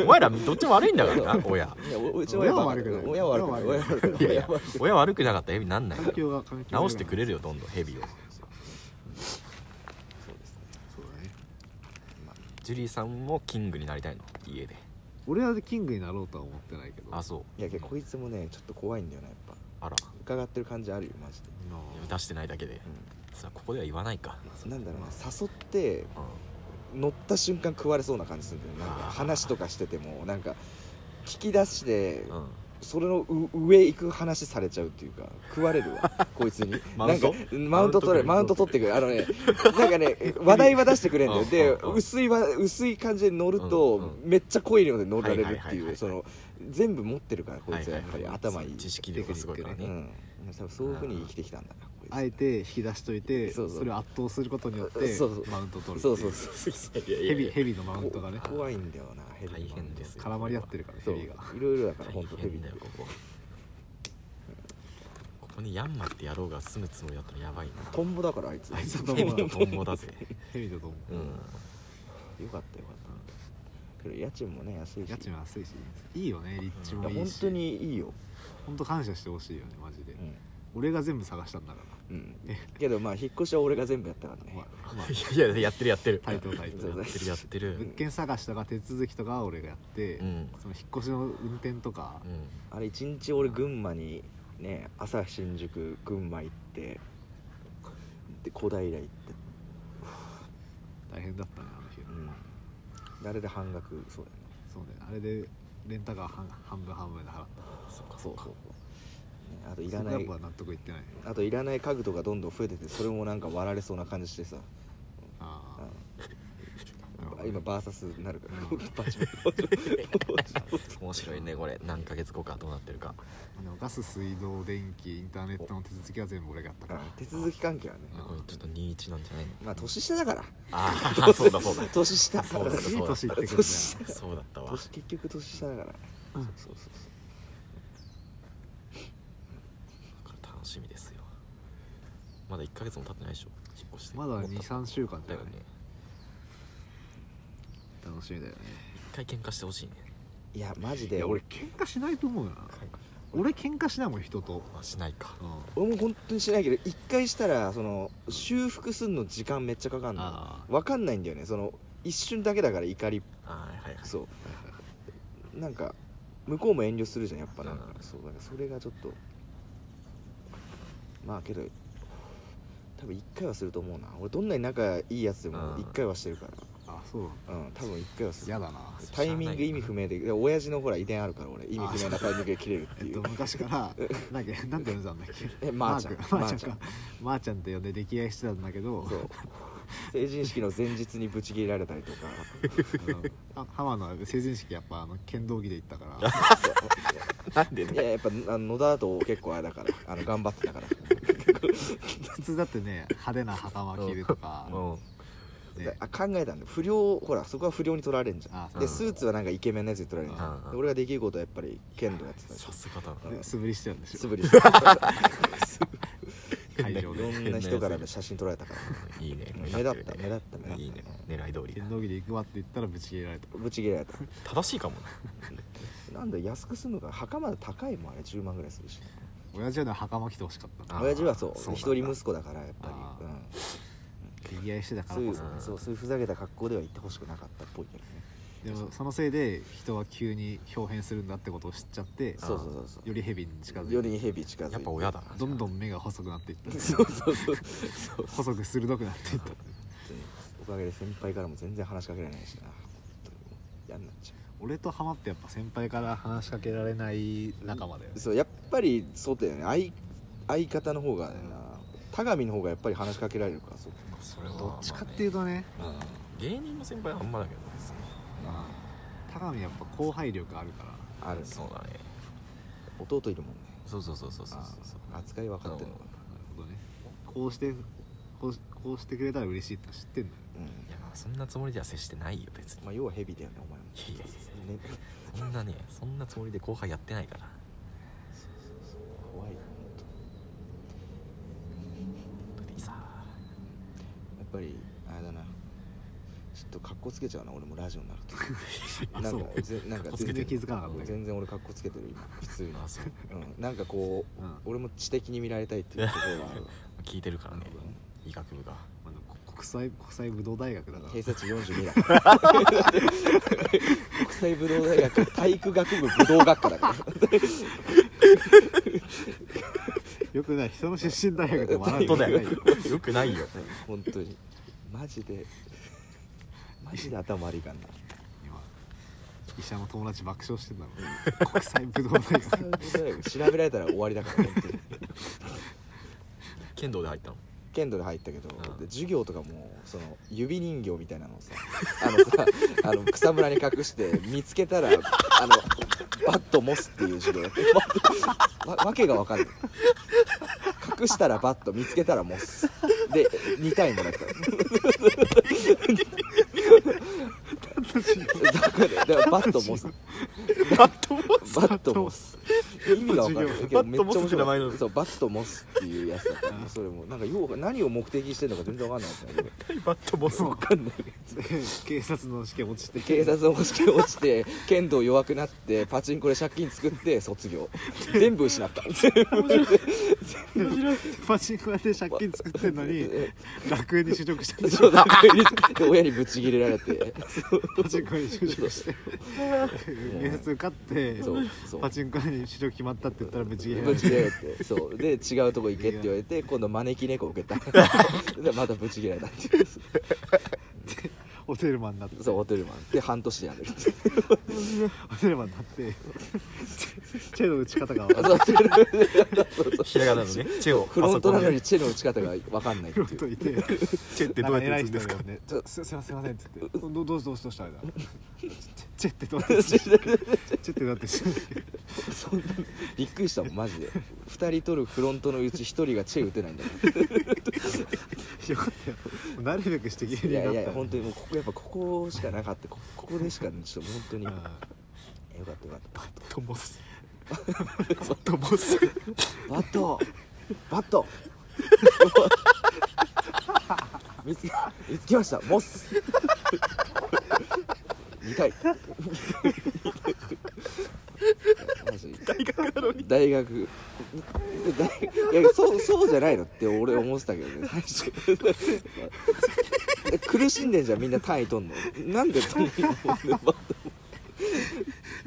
B: お前らどっちも悪いんだからな親
C: いやおうちの親は悪くない
A: 親
C: 親
A: は
C: は
A: 悪
C: 悪
A: く
C: く
A: な
C: ないい親は悪くない
B: いやい
C: 親
B: や
C: は悪く
B: 親悪くなかったら蛇になんな
A: た
B: い
A: 環
B: よ
A: 境が環境が
B: 直してくれ
A: る
B: るよどんどん蛇を
C: ないそうですね
A: そうだね
B: ジュリーさんもキングになりたいの家で
A: 俺はキングになろうとは思ってないけど
B: あそう
C: いやけどこいつもねちょっと怖いんだよなやっぱ
B: あら
C: 伺ってる感じあるよマジで、
A: なあ
B: 出してないだけでさあここでは言わないか
C: うん、なんだろうな誘って
B: うん
C: 乗った瞬間食われそうな感じするんだよねなんか話とかしててもなんか聞き出して
B: うん
C: それのう上行く話されちゃうっていうか食われるわこいつに
B: マウント
C: なんかマウント取れマ
B: マウ
C: ウ
B: ン
C: ン
B: ト
C: ト
B: 取
C: 取ってくるあのねなんかね話題は出してくれんだよで
B: うんうんうん
C: 薄いわ薄い感じで乗る
B: うん
C: と
B: う
C: めっちゃ濃い量で乗られる
B: はい
C: っ
B: はいは
C: て
B: いはいは
C: い
B: いう
C: その全部持ってるからこいつはやっぱり
B: はは
C: 頭いい
B: 知識量がすごいから
C: う
B: ね、
C: ん多分そういうふうに生きてきたんだなこいつ
A: あえて引き出しといて
C: そうそう
A: それを圧倒することによって
C: そうそう
A: マウント取るってい
C: そうそうそう
A: ヘビヘビのマウントがね
C: こ怖いんだよなヘビ
B: 大変ですよ
A: 絡まり合ってるから
C: そ
A: ヘ
C: う
A: ビ
C: い
A: が
C: ろいろだから
B: 大
C: 本当ヘビ
B: 変だよここここにヤンマって野郎が住むつもりだったらやばいな
C: トンボだからあいつ
A: あいつは
B: ヘビのトンボだぜ
A: ヘビとどうも
B: うん
C: よかったよかったけど家賃もね安いし
A: 家賃は安いしいいよね立地
C: い
A: も
C: や
A: いい
C: 本
A: し
C: 当にいいよ
A: 本当感謝してほしいよねマジで
C: うん、
A: 俺が全部探したんだから
C: うん、 けどまあ引っ越しは俺が全部やったからね、
A: まあまあ
B: いやいややってるやってる
A: 対等対
B: や
A: 等
B: ってるやってる
A: 物件探しとか手続きとかは俺がやって、
B: うん
A: その引っ越しの運転とか、
B: うん
C: あれ一日俺群馬にね朝新宿群馬行ってで小平行って、
A: 大変だったねあの日、
C: うん、であれで半額そうだよね
A: そうねあれでレンタカー半半分半分で払った
B: そっか
C: そうそうそう、ね、あといらな
A: そ
C: い
A: こやっぱ納得いってない
C: あといらない家具とかどんどん増えててそれもなんか割られそうな感じしてさ
A: あ
C: あ
A: あ
C: 今バーサスになるから、
A: うん
C: バチバチバチバチ
B: 面白いねこれ何ヶ月後かどうなってるか
A: でもガス水道電気インターネットの手続きは全部俺がやったから
C: 手続き関係はね
B: これちょっと21なんじゃないの
C: まあ年下だから
B: ああ そうだそうだ
C: 年下
B: そうだ
A: いい年いってくるんだよ
C: 年下
B: そうだったわ
C: 年結局年下だからそうそうそうそう
B: これ楽しみですよまだ1ヶ月も経ってないでしょ引っ越して
A: まだ23週間じ
B: だ
A: ゃ
B: よ
A: ない
B: ね
A: 楽しみだよね
B: 一回喧嘩してほしいね
C: いやマジ
A: い
C: で
A: や俺
C: 俺
A: 喧嘩しないと思うよな俺喧嘩しないもん人と、
B: まあしないか
A: うん、
C: 俺も本当にしないけど一回したらその修復するの時間めっちゃかかん
A: あ
C: の
A: あ
C: 分かんないんだよねその一瞬だけだから怒り
B: ああはいはい
C: そうなんか向こうも遠慮するじゃんやっぱなんか
B: うん
C: そうだからそれがちょっとまあけど多分1回はすると思うな俺どんなに仲いいやつでも
B: うん
C: 1回はしてるか
A: あそうだ
C: らうん多分1回はする
A: 嫌だな
C: タイミング意味不明でで親父のほら遺伝あるから俺意味不明なタイミングで切れるって
A: えっ
C: い
A: と
C: う
A: 昔からな んかなんて呼んでたんだっけ
C: えまーちゃん
A: マー君マーちゃん
C: ま
A: かまーちゃんって呼んで溺愛してたんだけど
C: そう成人式の前日にブチ切れられたりとか
A: あのは浜野は成人式やっぱあの剣道着で行った から
B: なんで
C: いややっぱあの野田と結構あれだからあの頑張ってたから
A: 普通だってね派手な袴着るとか、
B: うん
A: ね、
C: あ考えたんだよ不良ほらそこは不良に取られるんじゃ
A: あ
C: ん
A: そう
C: でスーツはなんかイケメンなやつに取られるじゃ
B: うんうん
C: んで俺ができることはやっぱり剣道やってたでし
B: さすがだな
A: で素振りしてたんでし
C: ょ
A: ょ
C: 素振りしてい
A: 会場で
C: ろんな人からの写真撮られたから
B: いいね
C: 目立った目立った目立った
B: いいね狙い通りだ
A: 剣道着で行くわって言ったらぶち切れられた
C: ぶち切れられた
B: 正しいかもね
C: なんだ安く済むから袴高いもんあれ10万ぐらいするし
A: 親父はね袴着てほしかった
B: あ
A: な
B: ー
C: 親父はそう
B: そうなんだ
C: 一人息子だからやっぱ
A: あ
C: り
A: ー
C: うん
A: 溺愛してたか
C: そう
A: ら
C: い
A: こ
C: う
A: そ
B: ん
C: そうそういうふざけた格好では行ってほしくなかったっぽいけどね
A: でもそのせいで人は急に表変するんだってことを知っちゃって
B: あー
C: そうそうそうそう
A: よりヘビに近づいて
C: よりヘビ近づいて
B: やっぱ親だな
A: どんどん目が細くなっていった
C: そうそうそうそう
A: 細く鋭くなっていった
C: おかげで先輩からも全然話しかけられないしな本当にもう嫌になっちゃ
A: 俺とハマってやっぱ先輩から話しかけられない仲間だよ
C: う
A: ね
C: そうやっぱりそうだよね相相方の方がだよな田上の方がやっぱり話しかけられるからそう
B: それは
A: どっちかっていうとね
B: まあね芸人の先輩はあんまだけどですね
A: 田上やっぱ後輩力あるから
C: あるね
B: そうだね
C: 弟いるもんね
B: そうそうそうそうそうそう
C: あ扱い分かってんのか
A: なるほどねこうしてこうしこうしてくれたら嬉しいって知ってんだよ
C: な、うん
B: いやまあそんなつもりでは接してないよ別に
C: まあ、要はヘビだよねお前
B: いやいやいや
C: も、ね、
B: そんなねそんなつもりで後輩やってないから
C: 怖いよ本当
B: だってさ
C: やっぱりあれだなちょっと格好つけちゃうな俺もラジオになる と
A: あ
C: なんか
A: そう
C: ぜなんか
B: 格好つけ
A: 全然
B: て
A: 気
B: る
A: づかなかったけど
C: 全然俺格好つけてる今普通に
B: あそう
C: うん、なんかこう、
A: うん
C: 俺も知的に見られたいっていうところ はあるわ
B: 聞いてるからね
A: なるほどね
B: 医学部が
A: あのこ国際国際武道大学だから
C: 偏差値42だから国際武道大学体育学部武道学科 だから
A: よくない人の出身大学で笑うこ
B: 本当
A: と
B: だ
A: ないよ
B: よよくないよ
C: 本当にマ ジでマジで頭悪いからな
A: 今医者の友達爆笑してんだろう国際武道 大学
C: 国際武道大学調べられたら終わりだから本当に
B: 剣道で入ったの
C: 剣道で入ったけど、
B: うん
C: で授業とかもその指人形みたいなのをさ あのさあの草むらに隠して見つけたらあのバット持つっていう授業だったわわけが分かんない隠したらバット見つけたら持つで2対2だった だからだからバット持つ
B: バット持つ
C: バット持つ意味が分かんないけどめっち
B: バ
C: ゃ面
B: ット持つって名前な
C: 白
B: の
C: いそうバット持つっていうやつだったねそれもなんか要は何を目的にしてるのか全然分かんないんですよね
B: バット持つ
A: そう
B: の
A: かんない警察の試験落ちて
C: 警察の押して落ちて剣道弱くなってパチンコで借金作って 卒業全部失った全部
A: パチンコ屋で借金作ってんのに楽園に就職したんでし
C: そ
A: ょ
C: うだからで親にぶち切れられて
A: パチンコ屋に就職して面接受かって
C: そうそう
A: パチンコ屋に就職決まったって言ったらぶち切れら
C: ぶ
A: れ
C: ち
A: て
C: 切れられてそうで違うとこ行けって言われて今度招き猫受けたでまた ぶち切れられたっていう
A: ホテルマンになって
C: そうホテルマンで半年で辞めるって
A: ホテルマンになってチェの打ち方が分かんない
C: そう
B: ひらがなのねチェを
C: フロントなのに
B: パ
C: チェの打ち方が分かんないってい
A: と
C: う
A: いて
B: ソコンでチェってどうやって打つんですか
A: なん偉い人だよねすすいませんすいませんっつってどどうしどうしどうしたみたいなチェってどうやって打つチェってどうやって打つ
C: そんなびっくりしたもんマジで2人取るフロントのうち1人がチェ打てないん だから
A: よかったよなるべくして芸人
C: い
A: になっ
C: や
A: た
C: いや本
A: 当
C: 当にもうここやっぱここしかなかったこここでしかちょっと本当によかったよかった
B: ット持つバット持つ
C: バットバット見つけ見つけましたモス2回マジ大学なのに大学いやそうそうじゃないのって俺思ってたけどね最初苦しんでんじゃんみんな単位取んのなんで単位取んのパ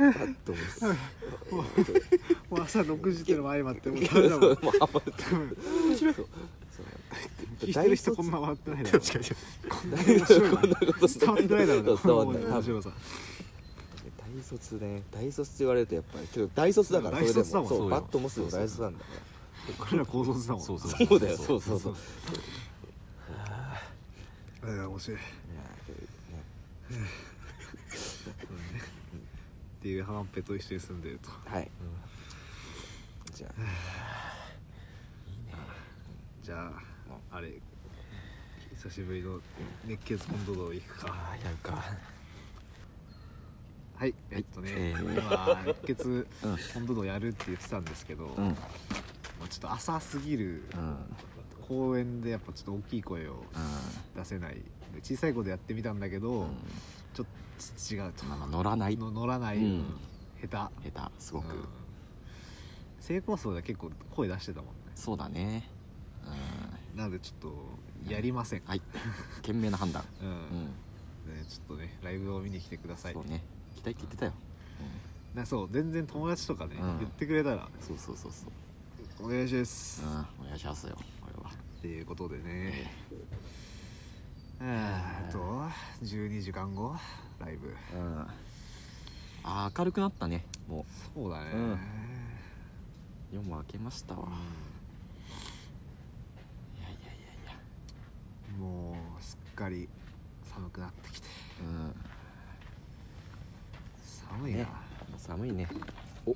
C: ッと思
A: もう朝6時っていうのも相まってもうダメだもん
C: うもうハマって
A: 聞いてる人こんな笑ってないだろ
B: 確かに
A: こんな面白いのに
C: こと
A: 伝わってないだろうね
C: 伝わんない
A: 面白さ
C: 大卒ね大卒って言われるとやっぱりけど大卒だからそれ
A: 大
C: でも
A: 卒だもん
B: そ
C: そ
B: ううよ
C: バッと持つのも大卒なんだか
A: 彼ら高卒だもん
B: そうそう
C: らそうだよそうそうそう
A: えー面白いっていうハマっぺと一緒に住んでると
C: はいじゃあ
A: じゃああれ久しぶりの熱血コント道行くか
B: ああやるか
A: はいえっとね、
B: えー
A: 今熱血
F: うん
A: コント道やるって言ってたんですけど、
F: うん
A: まあちょっと浅すぎる
F: うん
A: 公園でやっぱちょっと大きい声を出せないで小さい子でやってみたんだけど、
F: うん
A: ちょっと違うと
B: まあまあ乗らない
A: の乗らない、
F: うん
A: 下手
B: 下手すごく、
A: うん成功層では結構声出してたもんね
B: そうだねうん
A: なのでちょっとやりません、
B: はい賢明な判断
A: うん
B: うん
A: ねちょっとねライブを見に来てください
B: そうね期待って言ってたよ
A: なそう全然友達とかね、
B: うん
A: 言ってくれたら
B: そうそうそうそう
A: お願いします、
B: うんお願いしますよこれは
A: っていうことでねえーっと12時間後ライブ
F: うん
B: あー明るくなったねも
A: そうだね、
F: うん
B: う夜も明けましたわいやいやいやいや
A: もうすっかり寒くなってきて
B: うん
A: 寒いな、
B: ねもう寒いねおう
A: もう
B: ん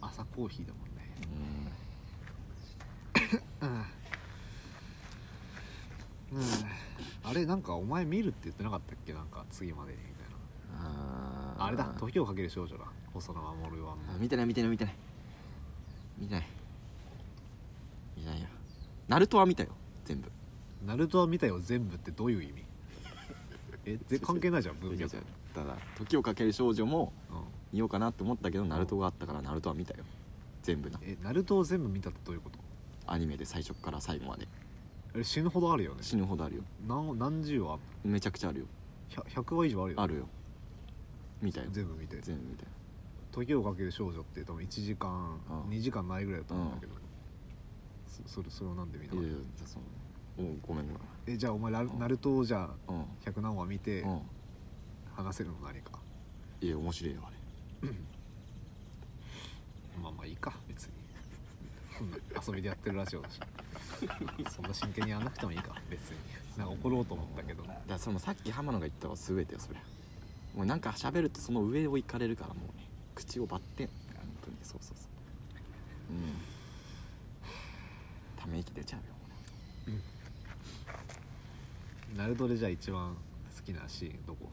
A: 朝コーヒーだもんねうん、あれなんかお前見るって言ってなかったっけなんか次までにみたい
B: あー
A: なあれだ時をかける少女だ細野守は
B: あ見てない見てない見てない見てない見てないよナルトは見たよ全部
A: ナルトは見たよ全部ってどういう意 味えぜ関係ないじゃん文脈うん
B: ただ「時をかける少女」も見ようかなって思ったけどナルトがあったからナルトは見たよ全部な
A: えナルトを全部見たってどういうこと
B: アニメで最初から最後まで
A: あれ死ぬほどあるよね
B: 死ぬほどあるよ
A: 何何十話
B: めちゃくちゃあるよ
A: 100 100話以上あるよね
B: あるよ見たよ
A: 全部見て
B: 全部見たよ
A: 時をかける少女って多分1時間
B: うん
A: 2時間ないぐらいだと思うんだけどそそれそれをなんで見た
B: い
A: の
B: やいやそのおごめんご
A: えじゃあお前ラ
B: ん
A: ナルトをじゃ
B: めんうん
A: あ100何話見て
B: うん
A: 話せるの何か
B: いや面白いよあれ
A: まあまあいいか別に こんな遊びでやってるラジオ だしそんな真剣にやんなくてもいいか別になんか怒ろうと思ったけど
B: だからそのさっき浜野が言ったのは全てよそりゃもうなんか喋るとその上を行かれるからもうね口をバッテン本当にそうそうそううんため息出ちゃうよ
A: ナルトでじゃあ一番好きなシーンどこ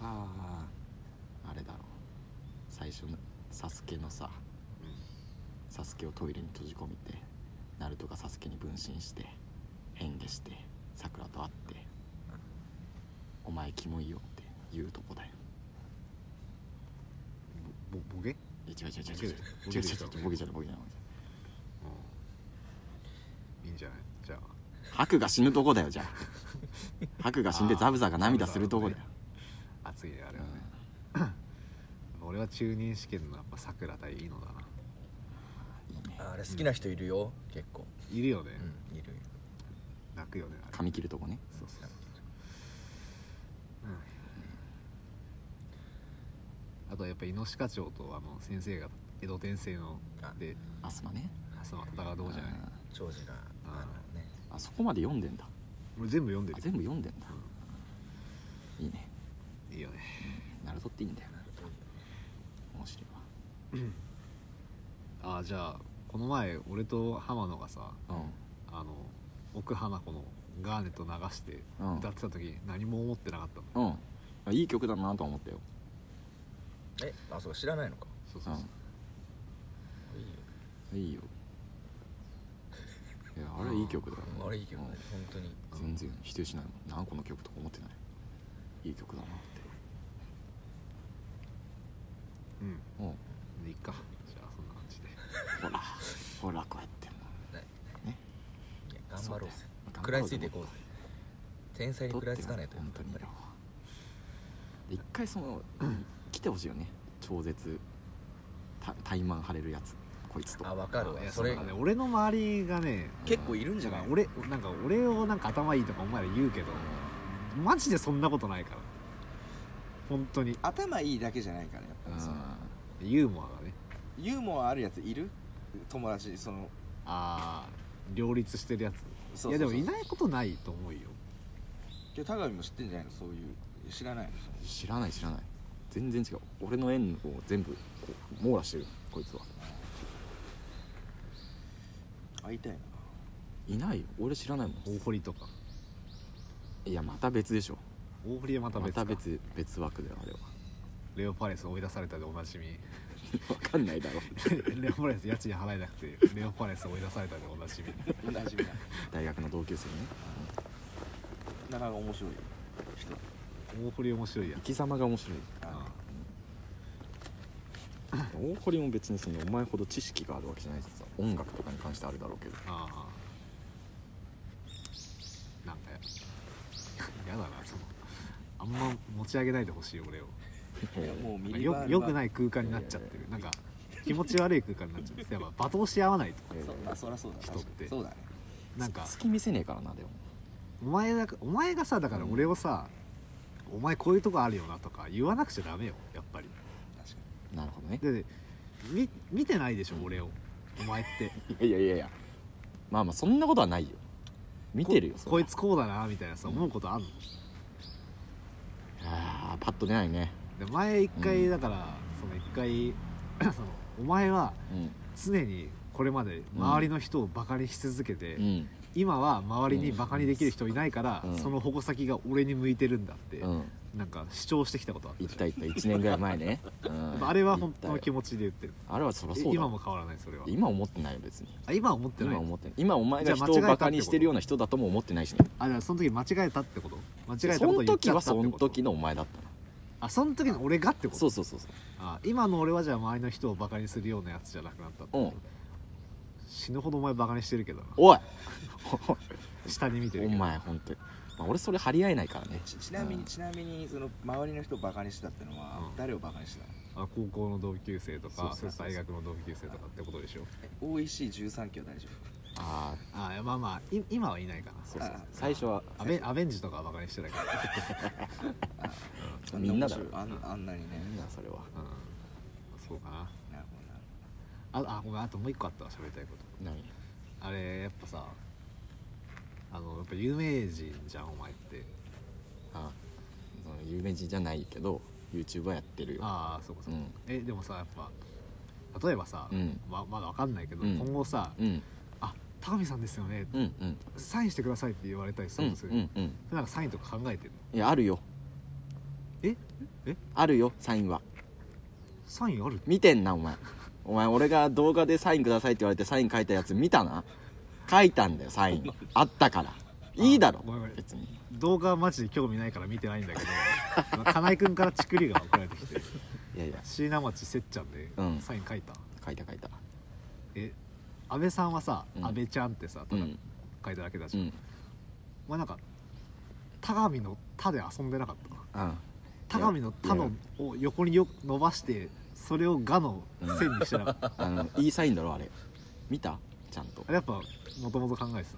B: あああれだろう最初のサスケのさサスケをトイレに閉じ込めてナルトがサスケに分身して変化してさくらと会って「お前キモいよ」って言うとこだよ
A: ぼぼボケ
B: いや違う違う違う違
A: ボ
B: う
A: ケ
B: 違う違う
A: でしょ
B: 違うボケじゃないボケじゃない
A: いいんじゃないじゃあ
B: ハクが死ぬとこだよじゃあハクが死んでザブザが涙するとこだよ、
A: 熱いねあれ
B: う
A: はね、
B: ん
A: 俺は中任試験のやっぱさくら対いいのだない
B: いね
C: あれ好きな人いるよ結構
A: いるよね、
C: いる
A: 泣くよねあれ
B: 髪切るとこね
A: そうそううんあとはやっぱ猪鹿町とあの先生が江戸天聖ので
B: アスマね
A: その戦うどうじゃない
B: ん
C: 長寿が
A: あ
C: のね
B: あそこまで読んでんだ
A: 俺全部読んで
B: あ
A: る
B: 全部読んでんだ、いいね
A: いいよね
B: ナルトっていいんだよな面白い
A: あじゃあこの前俺と浜野がさ
B: わ
A: あの奥花子の「ガーネット」流して
B: うん
A: 歌ってた時何も思ってなかったの、
B: うんうんあいい曲だなとは思ったよ
G: えあそう知らないのか
A: そうそうそう、
G: いいよ
B: いいよいやあれいい曲だよ
G: あれいいけどね
B: うん
G: 本当に
B: 全然否定しないもん何この曲とか思ってないいい曲だなって
A: うん
B: うん
A: でいっかじゃあそんな感じで
B: ほらほらこうやっても
G: いや頑張ろうぜ
B: そうだよ
G: 食らいついていこうぜ天才に食らいつかないと
B: 本当によ一回その来てほしいよね超絶た怠慢張れるやつこいつと
G: あ分かるわ
A: いや
G: そ
A: そう
G: れ
A: だね俺の周りがね
G: 結構いるんじゃない
A: なんか俺なんか俺をなんか頭いいとかお前ら言うけどマジでそんなことないから本当に
C: 頭いいだけじゃないからやっぱ
B: うん
C: りその
A: ユーモアがね
C: ユーモアあるやついる友達その
A: ああ両立してるやつ
C: そうそうそ
A: い
C: う
A: やでもいないことないと思うよ
C: いや田上も知ってんじゃないのそういう知らないのその
B: 知らない知らない全然違う俺の縁を全部こう網羅してるこいつは
C: 会いたいない
B: ないよ俺知らないも
A: 大堀とか
B: んいやまた別でしょ
A: 大堀はまた
B: ま
A: 別か
B: た別別枠だよあれは
A: レオパレス追い出されたでおな じみ
B: わかんないだろ
A: レオパレス家賃払えなくてレオパレス追い出されたでおなじみ
C: おなじみだ
B: 大学の同級生ね
C: なかなか面白い人
A: 大堀面白いや
B: 生
A: ん
B: き様が面白い
C: あ
B: 大堀も別にそのお前ほど知識があるわけじゃないしさ音楽とかに関してあるだろうけど
A: ああなんかややだなそのあんま持ち上げないでほしい俺を
C: いやもうミ
A: まあ
C: リバ
A: よ
C: ール
A: よくない空間になっちゃってるなんか気持ち悪い空間になっち ゃってやっぱ罵倒し合わないと
B: えー
C: そうまあそりゃそうだ
A: 人って
C: そうだね
A: なんか
B: 好き見せねえからなでも
A: お前だかお前がさだから俺をさ、お前こういうとこあるよなとか言わなくちゃダメよやっぱり
C: 確か
B: なるほどね
A: だってみ見てないでしょ俺をお前って
B: いやいやいやいやまあまあそんなことはないよ見てるよ
A: こ
B: そ
A: こ
B: れ
A: い
B: は
A: つこうだなみたいなさ思うことあんの、
B: あーパッと出ないね
A: で前一
B: う
A: 回
B: ん
A: だから、その一回 そのお前は
B: うん
A: 常にこれまで周りの人をバカにし続けて、
B: うん
A: 今は周りにバカにできる人いないから、
B: うん
A: その矛先が俺に向いてるんだって、
B: うん
A: なんか主張してきたことあった
B: 言っ
A: じゃん
B: た言った1年ぐらい前ね、う
A: やっ
B: ん、
A: ぱあれは本当の気
B: 言
A: 持
B: っ
A: ちで言ってる
B: たよあれはそりゃそうだ
A: 今も変わらないそれは
B: 今思ってないよ別に
A: あ今は思ってな
B: 今
A: い
B: 思ってない今お前が
A: じゃあ
B: 人を
A: 間違えたってこと
B: バカにしてるような人だとも思ってないしね
A: あじゃあその時間違えたってこと間違えた
B: そ
A: こと
B: の
A: 言っち
B: 時
A: ゃ
B: は
A: ったってこと
B: その時のお前だったの
A: あその時の俺がってこと
B: そうそうそうそ
A: あ今の俺はじゃあ周りの人をバカにするようなやつじゃなくなったって
B: うう
A: こ
B: ん
A: と死ぬほどお前バカにしてるけどな
B: おい
A: 下に見てる
B: お
A: けど
B: 前本当に、まあ、俺それ張り合えないからね
C: にちちなみにちなみにその周りの人をバカにしてたってのは
A: うん
C: 誰をバカにしてたの
A: あ高校の同級生と
B: そう
A: か
B: そうそうそう
A: 大学の同級生とかってことでしょ
C: OEC13 期は大丈夫
B: あ
A: あまあまあい今はいないかな
B: あそうそうそう
C: あ
B: 最初は
A: アベアベンジとかはバカにしてたけ ど、
B: みんなだろ
C: あんあんなにね
B: みんなそれは
A: うん、そうかな
C: なるほどな
A: ああごめんあともう一個あったわ喋りたいこと
B: 何
A: あれやっぱさあのやっぱ有名人じゃんお前って
B: あその有名人じゃないけど YouTuber やってるよ
A: ああそうかそうか、
B: うん
A: えでもさやっぱ例えばさ、
B: うん
A: ままだわかんないけど、
B: うん
A: 今後さ「
B: うん
A: あ高見さんですよね、
B: うんうん
A: サインしてください」って言われたりす
B: うん
A: る
B: うん
A: ですよ、
B: んうん
A: なんかサインとか考えてる
B: いやあるよ
A: ええ
B: あるよサインは
A: サインある
B: 見てんなお前お前俺が動画でサインくださいって言われてサイン書いたやつ見たな書いたんだよサイ ンあったからいいだろ
A: ごめんごめん
B: 別に
A: 動画はマジで興味ないから見てないんだけ ど金井君からチクリが送られてきて
B: いやいや
A: 椎名町せっちゃんで
B: うん
A: サイン書いた、
B: 書いた書いた
A: え安倍さんはさ、
B: うん
A: 安倍ちゃんってさ
B: う
A: ただ
B: ん
A: 書いただけだ
B: う
A: し、
B: ん
A: お前なんか高見の「た」で遊んでなかった
B: うん
A: 高見の「た」のを横によ伸ばしてそれを「が」の線にしてなかった、
B: あのいいサインだろあれ見たちゃんと
A: あれやっぱもともと考えてた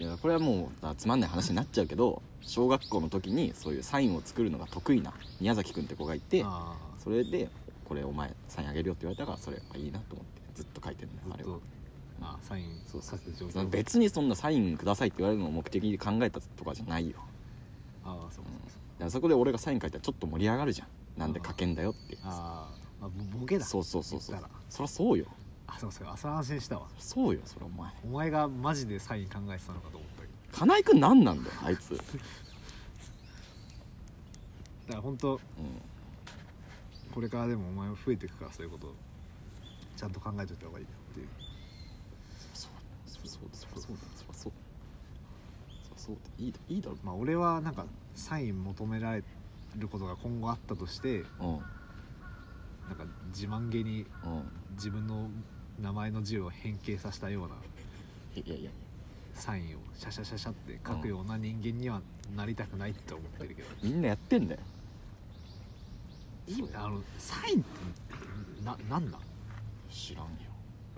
B: いやこれはもうあつまんない話になっちゃうけど小学校の時にそういうサインを作るのが得意な宮崎君って子がいて
A: あ
B: それで「これお前サインあげるよ」って言われたからそれはいいなと思ってずっと書いてるんだ
A: ーずっ
B: よあれは
A: とあーサイン
B: そう
A: 書
B: そう
A: く状
B: その
A: 況
B: 別にそんなサインくださいって言われるのを目的に考えたとかじゃないよ
A: ああそうそうそう
B: だからそこで俺がサイン書いたらちょっと盛り上がるじゃんなんで書けんだよって
A: あー、まあぼボケだ
B: そうそうそうそ
A: 言っ
B: う
A: たら
B: そりゃそうよ
A: あそうそうあそれ安心したわ
B: そうよそれお前
A: お前がマジでサイン考えてたのかと思ったけど
B: 金井君何なんだよあ いつ、
A: だから本当
B: うん、
A: これからでもお前も増えていくからそういうことをちゃんと考えといた方がいいっていう
B: そうそうそうそうそうそうそうそういいだいいだろ
A: まあ俺はなんかサイン求められることが今後あったとして
B: う
A: なんか自慢げに
B: んうん
A: 自分の名前の字を変形させたようない
B: やいやいや
A: サインをシャシャシャシャって書くような人間にはなりたくないって思ってるけど、
B: みんなやってんだよ
A: 今あのサインってななんだ
B: 知らんよ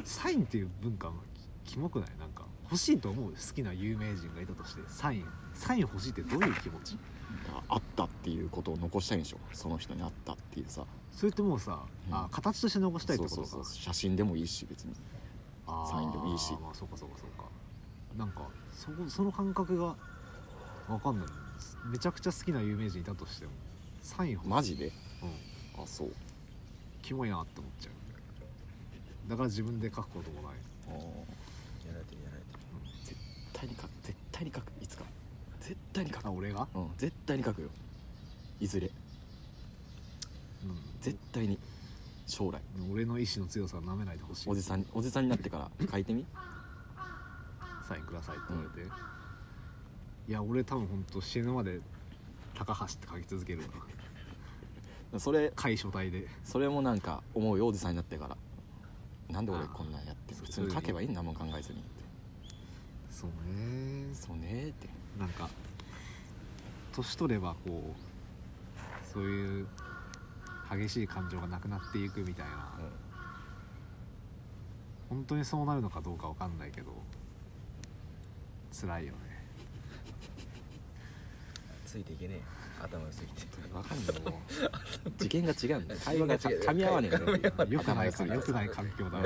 A: サインっていう文化もきキモくないなんか欲しいと思う好きな有名人がいたとしてサインサイン欲しいってどういう気持ち
B: だからあったっていうことを残したいんでしょその人にあったっていうさ
A: それってもうさ、
B: うん
A: あ形として残したいっ
B: そ
A: てこ
B: う
A: と
B: そ
A: か
B: うそう写真でもいいし別に
A: あー
B: サインでもいいし
A: まあそうかそうかそうかなんかそこその感覚がわかんないめちゃくちゃ好きな有名人いたとしてもサイン欲しい
B: マジで
A: うん
B: あそう
A: キモいなって思っちゃうだから自分で書くこともない
B: あー
G: やられてるやられてる
B: 絶対に書く絶対に書くいつか絶対に書く
A: あ俺が
B: うん絶対に書くよいずれ
A: うん
B: 絶対に将来
A: 俺の意志の強さを舐めないでほしい
B: おじさんにおじさんになってから書いてみ
A: サインくださいって言われて、いや俺多分本当死ぬまで高橋って書き続けるわ
B: それ
A: 会所体で
B: それもなんか思うよおじさんになってからなんで俺こんなんやって
A: あー
B: 普通に書けばいいんだもん考えずにって
A: そうね
B: そうねーって
A: なんか年取ればこうそういう激しい感情がなくなっていくみたいな、本当にそうなるのかどうかわかんないけど辛いよね
G: ついていけねえ頭薄いて
B: わかんないもう次元が違うんだよ会話が
G: 次元が違う
B: 噛み合わねえんだよ
A: 良くない
B: 頭
A: か
B: が
A: 良くない環境だな
B: うん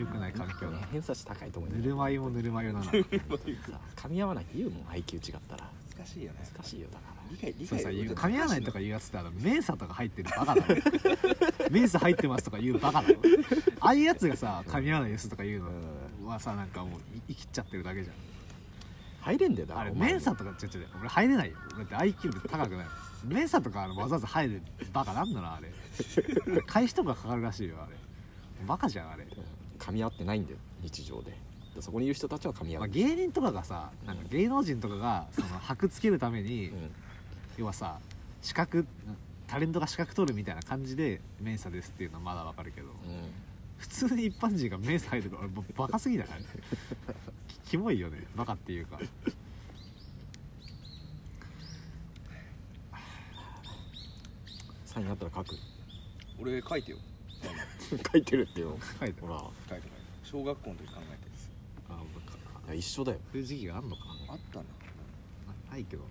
A: 良くない環境だ
B: ね偏差値高いと思う
A: ぬるま湯もぬるま 湯だな
B: さ噛み合わないって言うもん IQ 違ったら
G: 難しいよね
B: 難しいよだから
G: 理解理
A: そうさ噛み合わないとか言うやつってあのメンサとか入ってるバカだ ろメンサ入ってますとか言うバカだ ろああいうやつがさ噛み合わないですとか言うのはさなんかもう生きっちゃってるだけじゃ
B: 入れんだよだ
A: ん
B: か
A: あ
B: ら
A: れ
B: お前
A: メンサとかちょちょ俺入れないよだって IQ って高くないメンサとかあのわざわざ入るバカなんだなあれあ れ開始とかかかるらしいよあれバカじゃんあれ
B: うん噛み合ってないんだよ日常ででそこにいる人たちは噛み合
A: まあ、
B: う、
A: 芸人とかがさなんか芸能人とかが その箔つけるために、
B: うん
A: 要はさ資格タレントが資格取るみたいな感じで「メンサです」っていうのはまだわかるけど、
B: うん
A: 普通に一般人がメンサ入ってくる俺バカすぎだからねきキモいよねバカっていうか
B: サインあったら書く
F: 俺書いてよ
B: 書いてるってよ
A: 書いて
B: ほ
A: あ
B: ら
F: 書いてない小学校の時考えてる
A: あもうか
B: いや一緒だよ
A: そういう時期があんのか
F: あったな
A: なないけど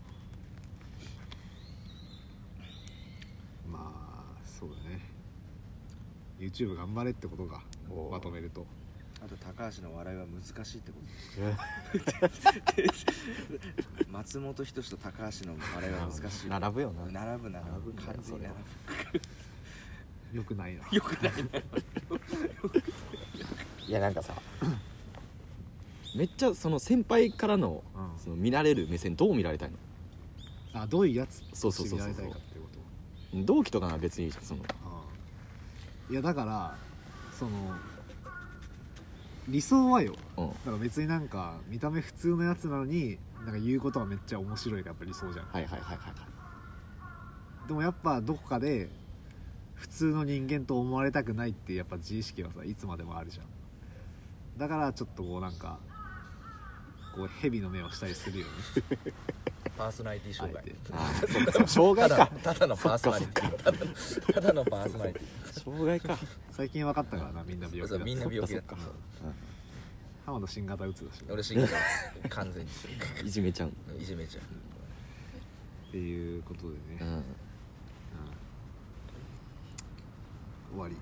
A: まあそうだね YouTube 頑張れってことか
B: おー
A: まとめると
F: あと高橋の笑いは難しいってこと 松本人志と高橋の笑いは難しい
B: 並ぶよな
F: 並ぶ並ぶ
B: 並ぶ
F: 完全に並ぶ
A: よくないな
B: ぶいやなん かさめっちゃその先輩からの
A: うん
B: その見られる目線どう見られたいの
A: あどういうやつ
B: そうそうそうそう
A: 知り合いたいかっていうこと
B: 同期とかなら別にいいじゃんその
A: いやだからその理想はよ
B: うん
A: だから別になんか見た目普通のやつなのになんか言うことはめっちゃ面白いがやっぱ理想じゃん
B: はいはいはいはいはい
A: でもやっぱどこかで普通の人間と思われたくないっていうやっぱ自意識はさいつまでもあるじゃんだからちょっとこうなんかこう蛇の目をしたりするよね
G: パーソナリティ
A: あ
G: 障
A: えて
G: 害
B: ああそっかそっか障害
G: ただ
B: か
G: ただのパーソナリティただのただのパーソナリテ
B: 障害か
A: 最近分かったからなみんな病
G: ィ
A: 気
G: そ
A: だ
G: うみんな病気だ
B: そっかそっか
A: 浜田新型うつだし
G: 俺死んでた完全に
B: いじめちゃう
G: いじめちゃう
A: っていうことでね、
B: うん
A: 終わり